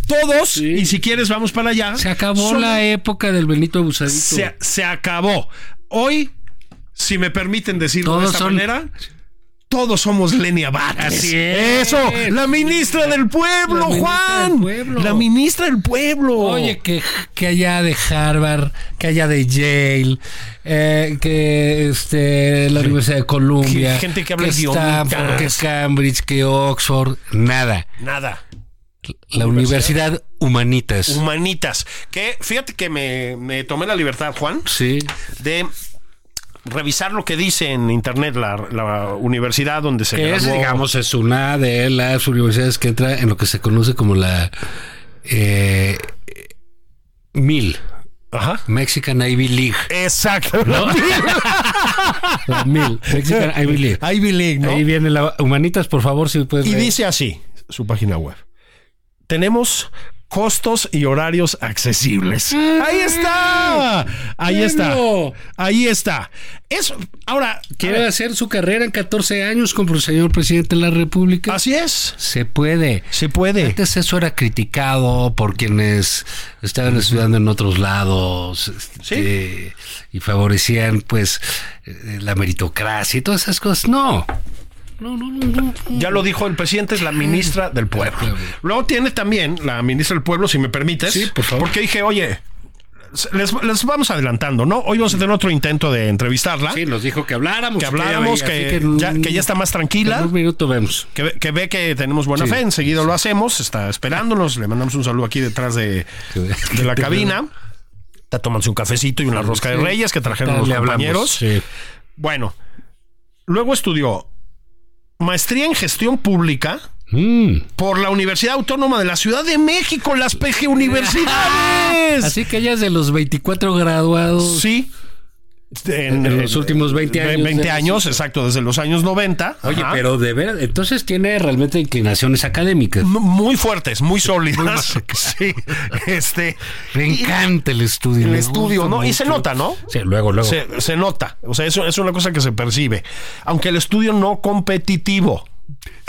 B: todos, y si quieres vamos para allá.
A: Se acabó
B: Son-
A: la época del Benito Abusadito.
B: se, se acabó. Hoy, si me permiten decirlo
A: Todos
B: de esta
A: son-
B: manera, todos somos Lenia Vargas.
A: Así es.
B: Eso, la ministra del pueblo,
A: La ministra
B: Juan.
A: del pueblo.
B: La ministra del pueblo.
A: Oye, que, que allá de Harvard, que allá de Yale, eh, que este, la Universidad de Columbia,
B: Que gente que habla idiomitas.
A: Stanford, que Cambridge, que Oxford, nada.
B: nada.
A: La Universidad, Humanitas.
B: Humanitas. Que fíjate que me, me tomé la libertad, Juan,
A: sí.
B: de revisar lo que dice en internet la, la universidad donde se
A: Que es,
B: graduó.
A: digamos, es una de las universidades que entra en lo que se conoce como la eh, MIL,
B: Ajá.
A: Mexican Ivy League.
B: Exacto. *laughs*
A: La MIL, Mexican Ivy League.
B: Ivy League, ¿no?
A: Ahí viene la humanitas, por favor, si puedes.
B: Y
A: leer.
B: dice así su página web. Tenemos costos y horarios accesibles. Ahí está. Ahí está.
A: ¡Genio!
B: Ahí está. Eso ahora
A: Quiere
B: quiere
A: hacer su carrera en 14 años como el señor presidente de la República.
B: así es.
A: Se puede.
B: Se puede.
A: Antes eso era criticado por quienes estaban estudiando en otros lados este, y favorecían pues eh, la meritocracia y todas esas cosas. No. No, no, no, no.
B: Ya lo dijo el presidente, es la ministra del pueblo. Luego tiene también la ministra del pueblo, si me permites.
A: Sí, por favor.
B: Porque dije, oye, les, les vamos adelantando, ¿no? Hoy vamos a tener otro intento de entrevistarla.
A: Sí, nos dijo que habláramos.
B: Que habláramos,
A: así
B: que, ya, que ya está más tranquila.
A: En un minuto vemos.
B: que, que ve que tenemos buena
A: Sí.
B: fe, enseguida lo hacemos, está esperándonos, le mandamos un saludo aquí detrás de, de la cabina. Está tomándose un cafecito y una rosca de reyes que trajeron los
A: Le hablamos,
B: compañeros.
A: sí.
B: Bueno, luego estudió maestría en gestión pública
A: Mm.
B: por la Universidad Autónoma de la Ciudad de México, las PG
A: *laughs*
B: Universidades.
A: Así que ella es de los 24 graduados.
B: Sí. En,
A: En los últimos 20 años.
B: 20 años, exacto, desde los años 90.
A: Oye,
B: Ajá.
A: pero de veras, entonces tiene realmente inclinaciones académicas.
B: M- muy fuertes, muy
A: *laughs*
B: sólidas. *laughs* sí. Este.
A: Me encanta el estudio.
B: El
A: me
B: estudio,
A: gusta
B: ¿no? Y se
A: mucho.
B: nota, ¿no?
A: Sí, luego, luego.
B: Se, se nota. O sea, eso es una cosa que se percibe. Aunque el estudio no competitivo. Eh,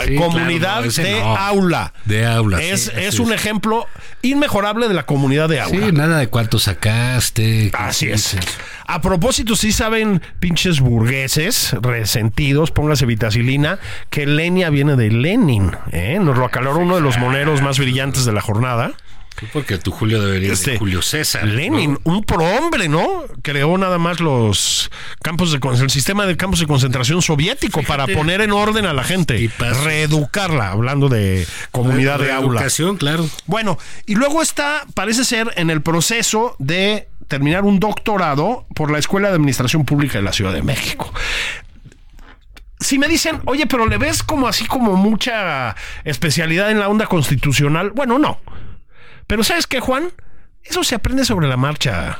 A: Sí,
B: comunidad
A: claro, ese
B: de
A: no.
B: aula.
A: De aula,
B: Es,
A: sí,
B: es
A: así
B: un
A: es.
B: ejemplo inmejorable de la comunidad de aula.
A: Sí, nada de cuánto sacaste. qué
B: Así es.
A: hiciste.
B: A propósito, sí saben, pinches burgueses resentidos, pónganse vitacilina, que Lenia viene de Lenin. ¿eh? Nos lo acaloró uno de los moneros más brillantes de la jornada.
A: Tú Porque tu Julio debería
B: Este,
A: ser Julio César.
B: Lenin, un prohombre, ¿no? Creó nada más los campos de con- el sistema de campos de concentración soviético para poner en orden a la gente,
A: Tipazo.
B: reeducarla, hablando de
A: ¿no?
B: comunidad de aula.
A: Educación, claro.
B: Bueno, y luego está, parece ser, en el proceso de terminar un doctorado por la Escuela de Administración Pública de la Ciudad de México. Si me dicen, oye, pero le ves como así como mucha especialidad en la onda constitucional, bueno, no. Pero ¿sabes qué, Juan? Eso se aprende sobre la marcha,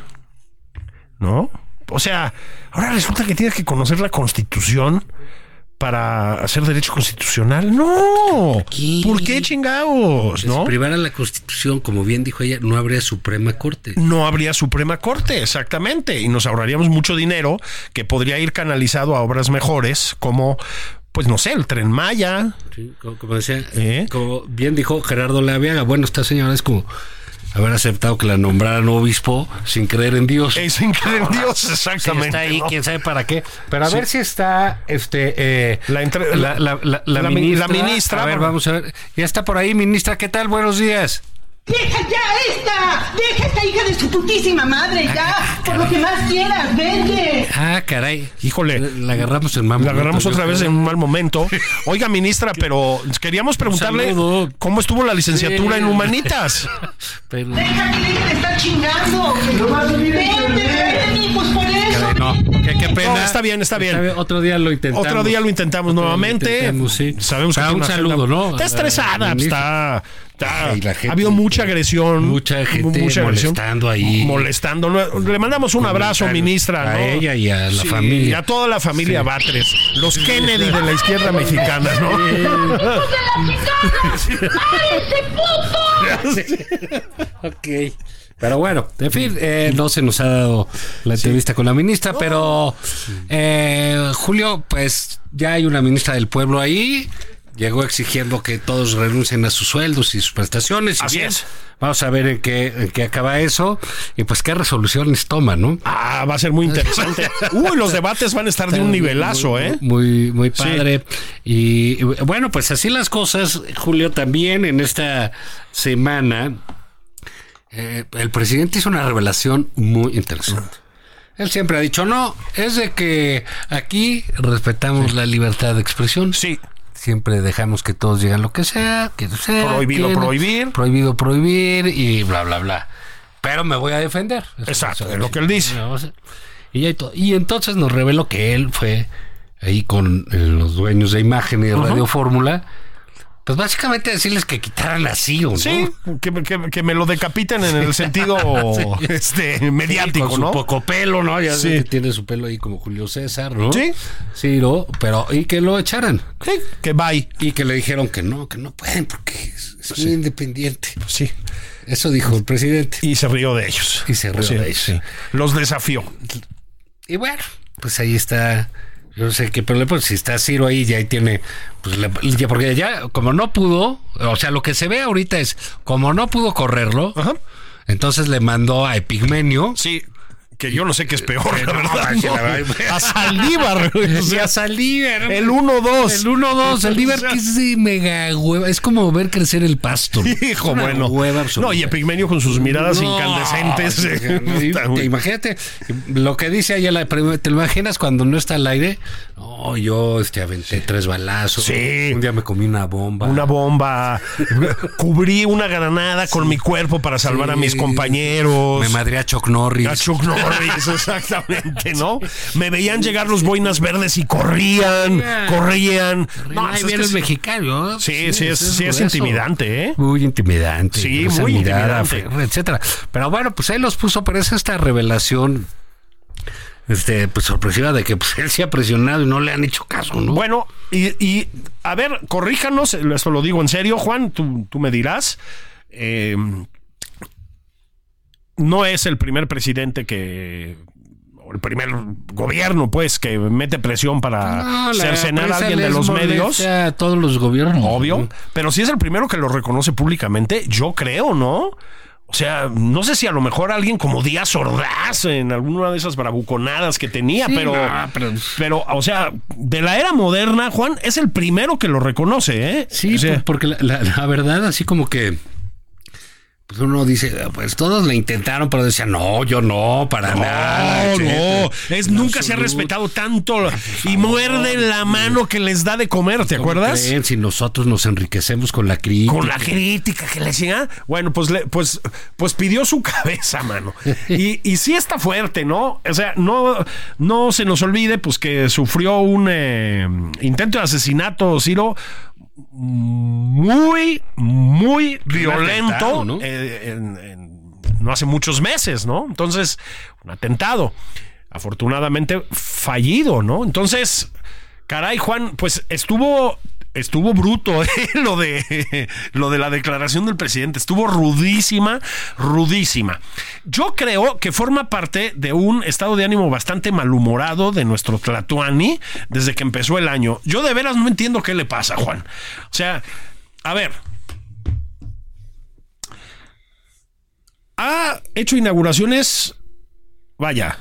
B: ¿no? O sea, ahora resulta que tienes que conocer la constitución para hacer derecho constitucional. No.
A: qué?
B: ¿Por qué chingados?
A: Si
B: ¿no?
A: privara la Constitución, como bien dijo ella, no habría Suprema Corte.
B: no habría Suprema Corte, exactamente, y nos ahorraríamos mucho dinero que podría ir canalizado a obras mejores como, pues no sé, el tren Maya.
A: Sí, como, como decía,
B: ¿Eh?
A: como bien dijo Gerardo Laviaga, bueno, esta señora es como haber aceptado que la nombraran obispo sin creer en Dios.
B: Es increíble, Dios,
A: Sí,
B: exactamente.
A: está ahí,
B: ¿no?
A: quién sabe para qué. Pero a
B: Sí.
A: ver si está este eh,
B: La entre-
A: la, la- la- la
B: la mi-
A: ministra.
B: la ministra,
A: A ver,
B: por-
A: vamos a ver. Ya está por ahí, ministra. ¿Qué tal? Buenos días.
E: ¡Deja ya esta! ¡Deja esta hija de su putísima madre ya! Por lo que más quieras, vete.
A: Ah, caray.
B: Híjole.
A: La, la agarramos en mambo.
B: La agarramos
A: Yo
B: otra vez en
A: creo.
B: un mal
A: *laughs*
B: momento. Oiga, ministra, pero queríamos preguntarle
A: saludo.
B: cómo estuvo la licenciatura
A: Sí.
B: en
A: *laughs*
B: humanitas.
A: Pero-
E: ¡Deja que la hija de estar chingando! ¡Vente, vete, mi pues por eso!
A: Caray, no. Qué, qué pena.
B: No, está bien, está bien.
A: Otro día lo intentamos.
B: Otro día lo intentamos
A: Otro día lo
B: nuevamente.
A: intentamos, sí.
B: Sabemos que
A: Ah,
B: tiene
A: un
B: una
A: saludo,
B: agenda-
A: ¿no?
B: Está
A: A la
B: estresada,
A: ministra.
B: está, está-
A: Ay, la gente-
B: ha habido mucha agresión,
A: Mucha gente molestando ahí.
B: molestando. Le mandamos un abrazo,
A: Comentarios
B: ministra,
A: a
B: ¿no?
A: ella y a la
B: Sí,
A: familia.
B: y a toda la familia Batres, los Kennedy de la izquierda mexicana, ¿no?
A: *laughs*
B: *laughs*
E: ¡Hijos de la chingada! ¡Párese, puto!
A: Ok. Pero bueno, en
B: Mm.
A: fin, eh, no se nos ha dado la entrevista con la ministra, pero eh, Julio, pues ya hay una ministra del pueblo ahí. Llegó exigiendo que todos renuncien a sus sueldos y sus prestaciones. y
B: Así
A: bien,
B: es.
A: Vamos a ver en qué, en qué acaba eso y pues qué resoluciones toma, ¿no?
B: Ah, va a ser muy
A: *laughs*
B: interesante. Uy, los debates van a estar de un nivelazo, ¿eh?
A: Muy, muy
B: Sí.
A: padre. Y bueno, pues así las cosas, Julio, también en esta semana, eh, el presidente hizo una revelación muy interesante. Él siempre ha dicho, no, es de que aquí respetamos la libertad de expresión.
B: Sí.
A: Siempre dejamos que todos digan lo que sea, que sea.
B: Prohibido
A: que-
B: prohibir.
A: Prohibido prohibir y bla, bla, bla. Pero me voy a defender.
B: Exacto, es lo que él dice.
A: No, o sea, Y, ya y todo. Y entonces nos reveló que él fue ahí con eh, los dueños de imagen y de Radio Fórmula, pues básicamente decirles que quitaran la CIO, ¿no?
B: Sí, que, que- que me lo decapiten en el sentido
A: *laughs* Sí.
B: este,
A: Sí,
B: mediático,
A: con
B: ¿no?
A: su poco pelo, ¿no? Ya
B: Sí.
A: sé que tiene su pelo ahí como Julio César, ¿no?
B: Sí.
A: Ciro, pero y que lo echaran.
B: Sí, que bye.
A: Y que le dijeron que no, que no pueden porque es, es muy independiente.
B: Sí.
A: Eso dijo el presidente.
B: Y se rió de ellos.
A: Y se rió
B: Sí,
A: de ellos.
B: sí. Los desafió.
A: Y bueno, pues ahí está. Yo no sé qué problema, pues si está Ciro ahí, ya ahí tiene. Pues la- ya- porque ya, como no pudo, o sea, lo que se ve ahorita es, como no pudo correrlo,
B: Ajá.
A: entonces le mandó
B: *laughs*
A: a Epigmenio.
B: Sí, que yo no sé qué es peor, la verdad.
A: manches,
B: ¿no?
A: la verdad.
B: A
A: *laughs*
B: Saldívar. güey, o
A: Y
B: sea,
A: a Saldívar.
B: el 1-2.
A: El 1-2,
B: *laughs*
A: el Ibar que es de mega hueva. Es como ver crecer el pasto.
B: Hijo,
A: Una
B: bueno.
A: Hueva
B: no, y Epigmenio con sus miradas
A: No,
B: incandescentes. *laughs*
A: *laughs*
B: eh, puta,
A: te- te
B: güey.
A: Imagínate lo que dice ella, la prim- ¿te lo imaginas cuando no está al aire? No, yo este, aventé tres balazos.
B: Sí.
A: Un día me comí una bomba.
B: Una bomba. Cubrí una granada con mi cuerpo para salvar a mis
A: Sí.
B: compañeros.
A: Me madré a Chuck Norris.
B: A Chuck
A: *laughs*
B: Norris, exactamente, ¿no? Me veían llegar los boinas verdes y corrían, corrían. No,
A: No,
B: es
A: Ah. ahí
B: que
A: viene el
B: sí,
A: mexicano. ¿no?
B: sí, sí, es, sí es
A: grueso.
B: intimidante, ¿eh?
A: Muy intimidante.
B: Sí,
A: esa
B: muy
A: mirada,
B: intimidante.
A: fe- etcétera. Pero bueno, pues ahí los puso, pero es esta revelación este, pues sorpresiva de que pues, *laughs* él se ha presionado y no le han hecho caso, ¿no?
B: Bueno, y, y, a ver, corríjanos, esto lo digo en serio, Juan, tú, tú me dirás. eh, no es el primer presidente que. o el primer gobierno, pues, que mete presión para
A: No, la
B: cercenar a
A: prensa
B: alguien de
A: les
B: los
A: molesta
B: medios.
A: A todos los gobiernos.
B: Obvio, pero si es el primero que lo reconoce públicamente, yo creo, ¿no? O sea, no sé si a lo mejor alguien como Díaz Ordaz en alguna de esas bravuconadas que tenía,
A: Sí,
B: pero,
A: no, pero-
B: pero, o sea, de la era moderna, Juan, es el primero que lo reconoce, ¿eh?
A: Sí,
B: O sea,
A: por- porque la, la- la verdad, así como que. Pues uno dice, ah, pues todos le intentaron, pero decían, no, yo no, para nada.
B: No, no,
A: etcétera.
B: es, nunca se ha
A: absoluto.
B: respetado tanto y muerde la mano que les da de comer, ¿te acuerdas?
A: Creen si nosotros nos enriquecemos con la crítica.
B: Con la crítica que le llega. Bueno, pues, le- pues, pues pidió su *laughs* cabeza, mano. Y, y sí está fuerte, ¿no? O sea, no, no se nos olvide, pues que sufrió un eh, intento de asesinato, Ciro, muy, muy violento.
A: atentado, ¿no?
B: eh, en- en- no hace muchos meses, ¿no? Entonces, un atentado. Afortunadamente fallido, ¿no? Entonces, caray, Juan, pues estuvo. Estuvo bruto *laughs* ¿eh? lo de lo de la declaración del presidente, estuvo rudísima, rudísima. Yo creo que forma parte de un estado de ánimo bastante malhumorado de nuestro Tlatuani desde que empezó el año. Yo de veras no entiendo qué le pasa, Juan. O sea, a ver, ha hecho inauguraciones, vaya,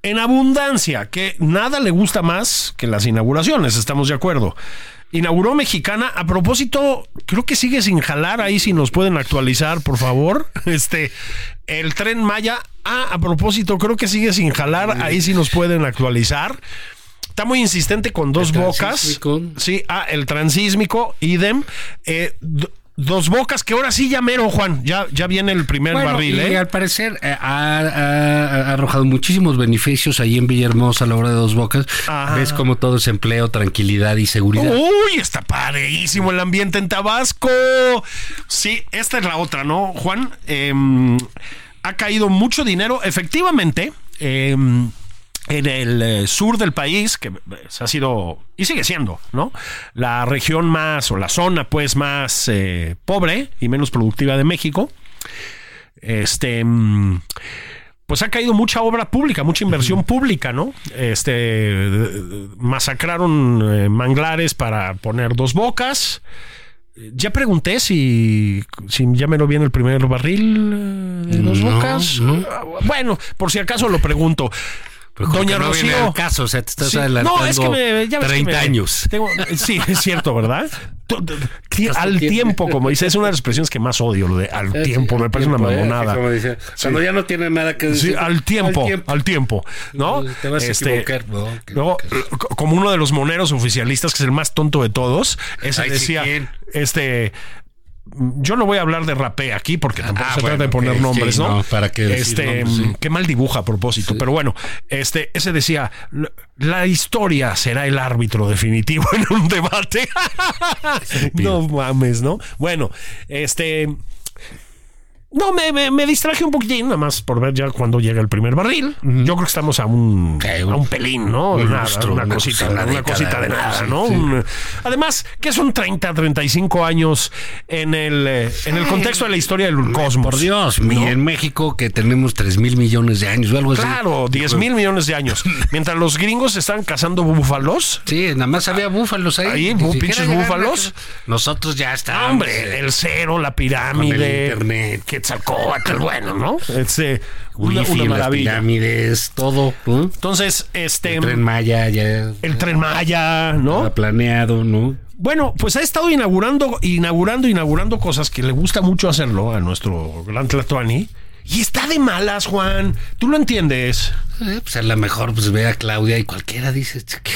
B: en abundancia, que nada le gusta más que las inauguraciones, estamos de acuerdo. Inauguró Mexicana, a propósito, creo que sigue sin jalar ahí, si nos pueden actualizar, por favor. *laughs* Este, el tren Maya, ah, a propósito, creo que sigue sin jalar, ahí si nos pueden actualizar. Está muy insistente con dos
A: El
B: bocas.
A: transísmico.
B: Sí, ah, el transísmico, idem. Eh, do- dos bocas, que ahora sí ya mero, Juan. Ya, ya viene el primer
A: Bueno,
B: barril,
A: y
B: ¿eh?
A: al parecer eh, ha, ha- ha arrojado muchísimos beneficios ahí en Villahermosa a la hora de dos bocas.
B: Ajá.
A: Ves como todo es empleo, tranquilidad y seguridad.
B: Uy, está pareísimo el ambiente en Tabasco. Sí, esta es la otra, ¿no, Juan? Em, ha caído mucho dinero, efectivamente. em, en el eh, sur del país, que eh, se ha sido y sigue siendo, ¿no? La región más o la zona, pues, más eh, pobre y menos productiva de México. este, mm, pues ha caído mucha obra pública, mucha inversión pública, ¿no? Este, eh, masacraron eh, manglares para poner dos bocas. Ya pregunté si, si ya me lo viene el primer barril eh, de dos
A: No,
B: bocas.
A: no.
B: Ah, Bueno, por si acaso lo pregunto.
A: Pero Pues como
B: Doña
A: que no viene
B: Rocío.
A: al caso, o sea, te estás
B: Sí.
A: adelantando
B: No, es que me, ya ves que
A: 30
B: me-
A: años.
B: tengo- sí, es cierto, ¿verdad? Tu- tu- ti-
A: Estás
B: al
A: al tiempo.
B: tiempo, como dice, es una de las expresiones que más odio, lo de al tiempo, me parece una
A: Tiempo, ¿eh?
B: mamonada.
A: Como dice, Cuando ya no tiene nada que
B: Sí,
A: decir.
B: al tiempo, al tiempo, ¿no? Este,
A: Te vas a equivocar, ¿no? Que-
B: luego, co- como uno de los moneros oficialistas, que es el más tonto de todos, ese
A: Ay, sí,
B: decía,
A: ¿quién?
B: este, yo no voy a hablar de rapé aquí porque tampoco
A: Ah,
B: se trata de
A: bueno,
B: poner
A: ok,
B: nombres,
A: sí,
B: ¿no?
A: no, ¿para qué decir
B: este,
A: nombres? Sí.
B: qué mal dibuja a propósito, pero bueno, este, ese decía, "La- la historia será el árbitro definitivo *laughs* en un debate. no mames, ¿no? Bueno, este, no, me, me, me distraje un poquitín, nada más por ver ya cuando llega el primer barril. Yo creo que estamos a un,
A: Sí, un-
B: a un pelín, ¿no?
A: un
B: Nada,
A: lustro,
B: una,
A: una
B: cosita,
A: cosa, una
B: una
A: década,
B: cosita de
A: ¿no?
B: nada,
A: Sí,
B: ¿no?
A: sí.
B: Un- además, que son 30, 35 años en el, eh, en el contexto de la historia del cosmos.
A: Por Dios, y
B: ¿no?
A: en México que tenemos 3 mil millones de años o algo así.
B: Claro, 10 mil millones de
A: *laughs*
B: años. Mientras los gringos están cazando búfalos.
A: Sí, nada más había búfalos ahí.
B: Ahí,
A: Ni
B: bu-
A: siquiera
B: pinches
A: llegaron a-
B: búfalos.
A: Nosotros ya estamos.
B: Hombre, el cero, la pirámide,
A: Ah, Con el internet.
B: Quetzalcóatl, bueno, ¿no? Este, una,
A: Wifi,
B: una
A: las
B: maravilla.
A: pirámides, todo. ¿no?
B: Entonces, este,
A: El tren Maya ya
B: el tren Maya, ¿no?
A: estaba planeado, ¿no?
B: Bueno, pues ha estado inaugurando, inaugurando, inaugurando cosas que le gusta mucho hacerlo a nuestro gran Tlatuani. Y está de malas, Juan. Tú lo entiendes.
A: Eh, pues a lo mejor pues ve a Claudia y cualquiera dice, "Ch- ¿qué,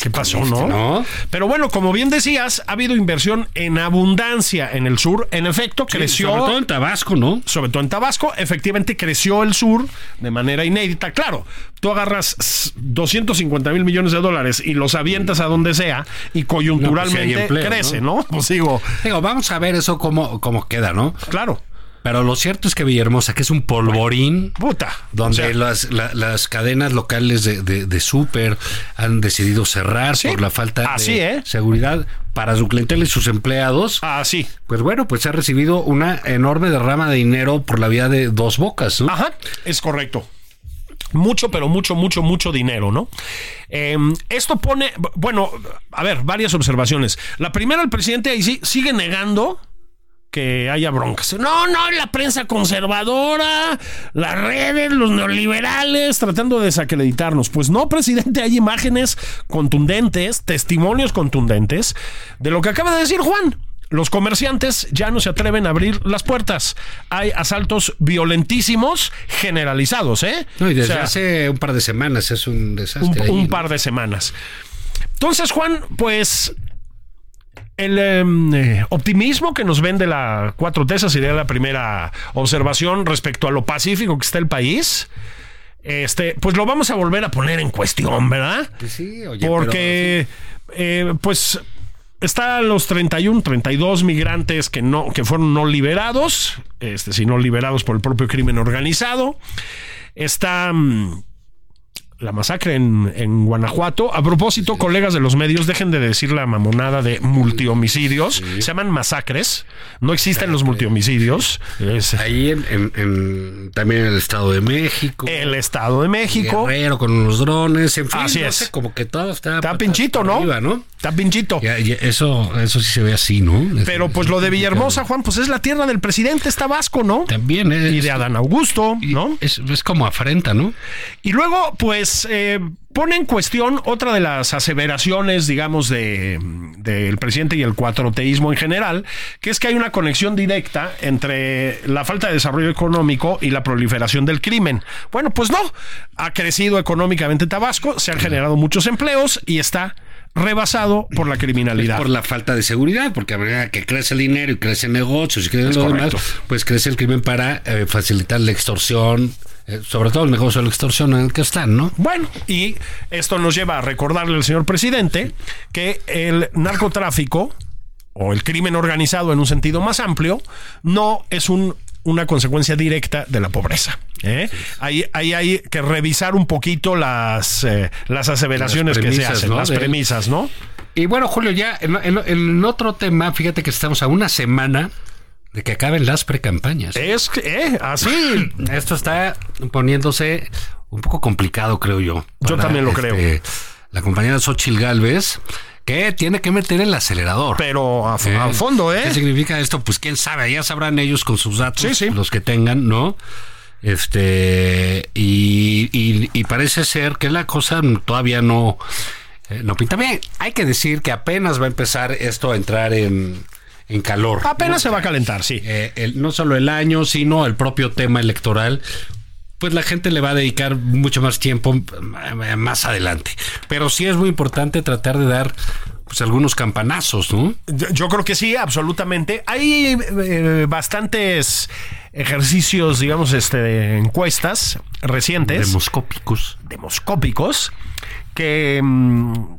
B: ¿Qué pasó, no?
A: Este, ¿No?
B: Pero bueno, como bien decías, ha habido inversión en abundancia en el sur. En efecto, creció.
A: Sobre todo en Tabasco, ¿no?
B: sobre todo en Tabasco, efectivamente creció el sur de manera inédita. Claro, tú agarras s- 250 mil millones de dólares y los avientas a donde sea y coyunturalmente
A: No, pues, si hay pues, empleo,
B: crece, ¿no? Pues digo,
A: Digo, vamos a ver eso cómo, cómo queda, ¿no?
B: claro,
A: Pero lo cierto es que Villahermosa, que es un polvorín,
B: puta.
A: donde
B: O sea,
A: las, la- las cadenas locales de, de, de súper han decidido cerrar por la falta
B: Así,
A: de
B: ¿eh?
A: seguridad para su clientela y sus empleados,
B: así.
A: pues bueno, pues ha recibido una enorme derrama de dinero por la vía de dos bocas, ¿no?
B: Ajá, es correcto. Mucho, pero mucho, mucho, mucho dinero, ¿no? Eh, esto pone, b- bueno, a ver, varias observaciones. La primera, el presidente ahí sí sigue negando que haya broncas. No, no, la prensa conservadora, las redes, los neoliberales, tratando de desacreditarnos. Pues no, presidente, hay imágenes contundentes, testimonios contundentes de lo que acaba de decir Juan. Los comerciantes ya no se atreven a abrir las puertas. Hay asaltos violentísimos generalizados, ¿eh?
A: No, y desde
B: O sea,
A: hace un par de semanas es un desastre.
B: un,
A: ahí,
B: un
A: ¿no?
B: par de semanas. Entonces, Juan, pues el em, eh, optimismo que nos vende la 4T, esa sería la primera observación respecto a lo pacífico que está el país. Este, pues lo vamos a volver a poner en cuestión, ¿verdad?
A: Pues sí, oye,
B: Porque, eh, pues, está los 31, 32 migrantes que, no, que fueron no liberados, este, sino liberados por el propio crimen organizado. Está mm, la masacre en, en Guanajuato. A propósito, colegas de los medios, dejen de decir la mamonada de multihomicidios. Se llaman masacres. No existen los multihomicidios. Es
A: pero Ahí en, en- en- también en el Estado de México.
B: el Estado de México.
A: Guerrero con unos drones, en fin,
B: Así
A: no
B: es.
A: sé, como que todo está,
B: Está pinchito, ¿no?
A: arriba, ¿no?
B: Está pinchito.
A: Ya, ya, eso, eso sí se ve así, ¿no?
B: Pero pues lo de Villahermosa, Juan, pues es la tierra del presidente, es Tabasco, ¿no?
A: También es,
B: Y de Adán Augusto,
A: y-
B: ¿no?
A: es, es como afrenta, ¿no?
B: Y luego, pues, eh, pone en cuestión otra de las aseveraciones, digamos, de- del presidente y el cuatroteísmo en general, que es que hay una conexión directa entre la falta de desarrollo económico y la proliferación del crimen. Bueno, pues no, ha crecido económicamente Tabasco, se han generado muchos empleos y está rebasado por la criminalidad.
A: Pues, Por la falta de seguridad, porque a medida que crece el dinero y crece negocios y crece lo demás,
B: correcto.
A: pues crece el crimen para eh, facilitar la extorsión, eh, sobre todo el negocio de la extorsión en el que están, ¿no?
B: Bueno, y esto nos lleva a recordarle al señor presidente que el narcotráfico o el crimen organizado en un sentido más amplio no es un- una consecuencia directa de la pobreza. ¿eh? Ahí, ahí hay que revisar un poquito las, eh, las aseveraciones
A: Las
B: que se
A: premisas,
B: hacen,
A: ¿no?
B: las
A: De-
B: premisas, ¿no?
A: Y bueno, Julio, ya en, en- en otro tema, fíjate que estamos a una semana de que acaben las precampañas.
B: Es que, eh, así.
A: Esto está poniéndose un poco complicado, creo yo.
B: Yo
A: este,
B: también lo creo.
A: La compañera Xochil Galvez, que tiene que meter el acelerador.
B: Pero a, a fondo, ¿eh?
A: ¿Qué significa esto? Pues quién sabe, ya sabrán ellos con sus datos,
B: Sí, sí.
A: los que tengan, ¿no? Este, y, y- y parece ser que la cosa todavía no, eh, no pinta bien. Hay que decir que apenas va a empezar esto a entrar en, en calor.
B: Apenas se va a calentar, sí.
A: Eh, el- no solo el año, sino el propio tema electoral, pues la gente le va a dedicar mucho más tiempo mm, más adelante. Pero sí es muy importante tratar de dar pues algunos campanazos, ¿no?
B: Yo, yo creo que sí, absolutamente. Hay eh, bastantes ejercicios, digamos, este, de encuestas recientes,
A: Demoscópicos.
B: demoscópicos, que mm,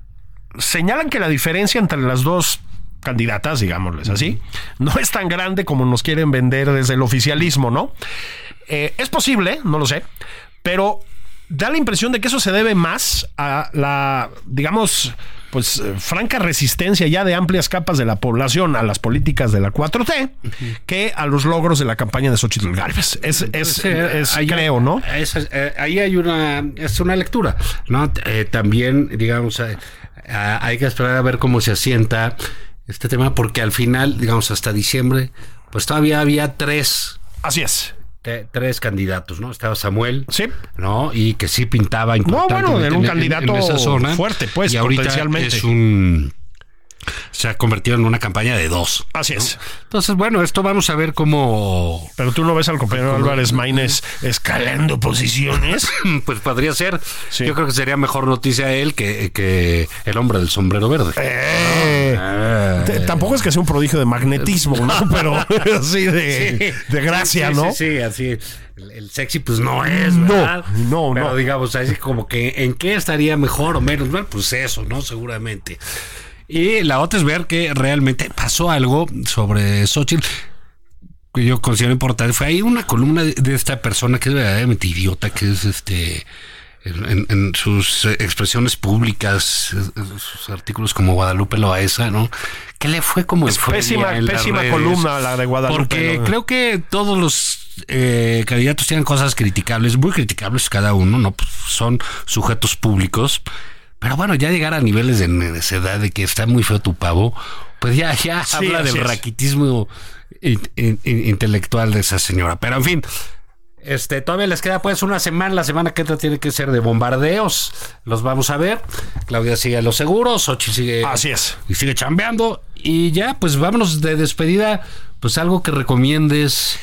B: señalan que la diferencia entre las dos candidatas, digámosles así, no es tan grande como nos quieren vender desde el oficialismo, ¿no? Eh, es posible, no lo sé, pero da la impresión de que eso se debe más a la, digamos, pues eh, franca resistencia ya de amplias capas de la población a las políticas de la 4T que a los logros de la campaña de Xochitl Galvez. Es, es, es-
A: eh, Ahí-
B: creo, ¿no?
A: es- eh, ahí hay una, es una lectura, ¿no? Eh, también, digamos, eh, ah, hay que esperar a ver cómo se asienta este tema, porque al final, digamos, hasta diciembre, pues todavía había tres,
B: Así es.
A: te- tres candidatos, ¿no? Estaba Samuel,
B: Sí.
A: ¿no? Y que sí pintaba
B: bueno,
A: importante
B: era un candidato fuerte, pues,
A: y ahorita
B: potencialmente.
A: es un se ha convertido en una campaña de dos.
B: Así es.
A: Entonces, bueno, esto vamos a ver cómo *laughs*
B: Pero tú no ves al compañero Álvarez Maínez escalando posiciones.
A: pues podría ser.
B: Sí.
A: Yo creo que sería mejor noticia él que, que el hombre del sombrero verde.
B: *laughs* Eh,
A: Ah.
B: t- Tampoco es que sea un prodigio de magnetismo, *laughs* ¿no? Pero sí de, *laughs* de gracia,
A: Sí,
B: ¿no?
A: Sí, sí, así. El, el sexy, pues no es, ¿verdad?
B: no,
A: Pero
B: no.
A: digamos, así como que en qué estaría mejor o menos, bueno, pues eso, ¿no? Seguramente. Y la otra es ver que realmente pasó algo sobre Xochitl que yo considero importante. Fue ahí una columna de, de esta persona que es verdaderamente idiota, que es este. En, en sus eh, expresiones públicas, en sus artículos como Guadalupe Loaesa, ¿no? Que le fue como en feria
B: pésima-
A: en las
B: pésima
A: redes.
B: columna la de Guadalupe
A: Porque
B: Loaesa.
A: creo que todos los eh, candidatos tienen cosas criticables, muy criticables cada uno, ¿no? Pues son sujetos públicos. Pero bueno, ya llegar a niveles de necedad de que está muy feo tu pavo, pues ya, ya
B: Sí,
A: habla
B: así
A: del
B: es.
A: raquitismo in- in- in- intelectual de esa señora. Pero en fin. Este, todavía les queda pues una semana, la semana que entra tiene que ser de bombardeos. Los vamos a ver. Claudia sigue a los seguros, Xochitl sigue
B: Así es.
A: y sigue chambeando. Y ya, pues vámonos de despedida. Pues algo que recomiendes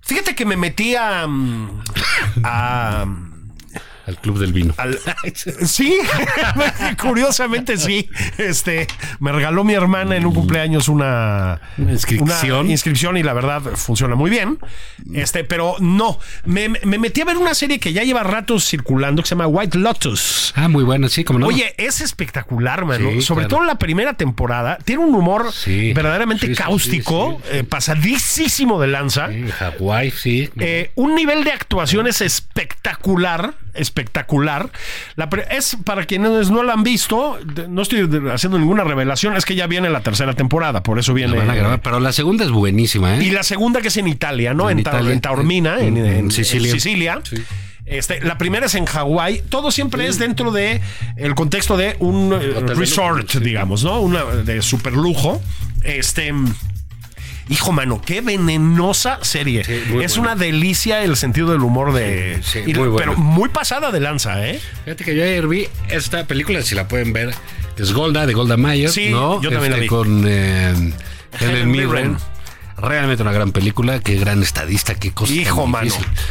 B: Fíjate que me metí a. mm, a
A: al Club del Vino.
B: al- *laughs* sí, curiosamente sí. Este me regaló mi hermana en un cumpleaños una,
A: Una inscripción.
B: una inscripción y la verdad funciona muy bien. Este, pero no, me, me metí a ver una serie que ya lleva ratos circulando que se llama White Lotus.
A: Ah, muy buena, sí, como no.
B: Oye, es espectacular, mano.
A: Sí,
B: Sobre
A: claro.
B: todo la primera temporada. Tiene un humor
A: Sí.
B: verdaderamente
A: Sí, sí, sí,
B: cáustico,
A: sí, sí.
B: eh, pasadísimo de lanza.
A: Sí, Hawái, sí.
B: Eh, un nivel de actuación es espectacular, espectacular. La pre- es para quienes no la han visto, de- no estoy de- haciendo ninguna revelación, es que ya viene la tercera temporada, por eso
A: La
B: viene.
A: van a grabar, pero la segunda es buenísima, ¿eh?
B: Y la segunda que es en Italia, ¿no? En,
A: En
B: Ta-
A: Italia.
B: en Taormina, en, en- en Sicilia.
A: Sicilia.
B: Este, la primera es en Hawái. Todo siempre es dentro de el contexto de un eh,
A: de
B: resort,
A: lujo, sí.
B: digamos, ¿no? Una de super lujo. Este. Hijo mano, qué venenosa serie.
A: Sí, muy
B: es
A: buena.
B: una delicia el sentido del humor de.
A: Sí,
B: y-
A: muy buena.
B: pero muy pasada de lanza, ¿eh?
A: Fíjate que yo ayer vi esta película, si la pueden ver, que es Golda, de Golda Meyer.
B: Sí,
A: ¿no?
B: yo también la vi.
A: Con eh, Helen
B: Helen Mirren.
A: Mirren. Realmente una gran película, qué gran estadista, qué cosa. tan
B: Hijo mano.
A: Pues, difícil.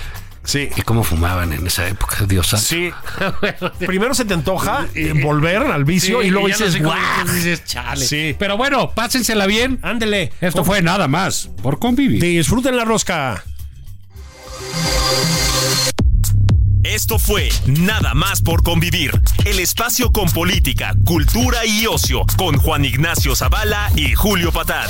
B: Sí.
A: Y cómo fumaban en esa época, Dios santo. *laughs*
B: Sí. Primero se te antoja eh, volver al vicio
A: Sí,
B: y luego
A: ya no
B: dices,
A: sé cómo
B: "Guau".
A: dices, chale.
B: Sí.
A: Pero bueno, pásensela bien.
B: Ándele.
A: Esto fue nada más por convivir.
B: Disfruten la rosca.
C: Esto fue Nada más por convivir, el espacio con política, cultura y ocio, con Juan Ignacio Zavala y Julio Patal.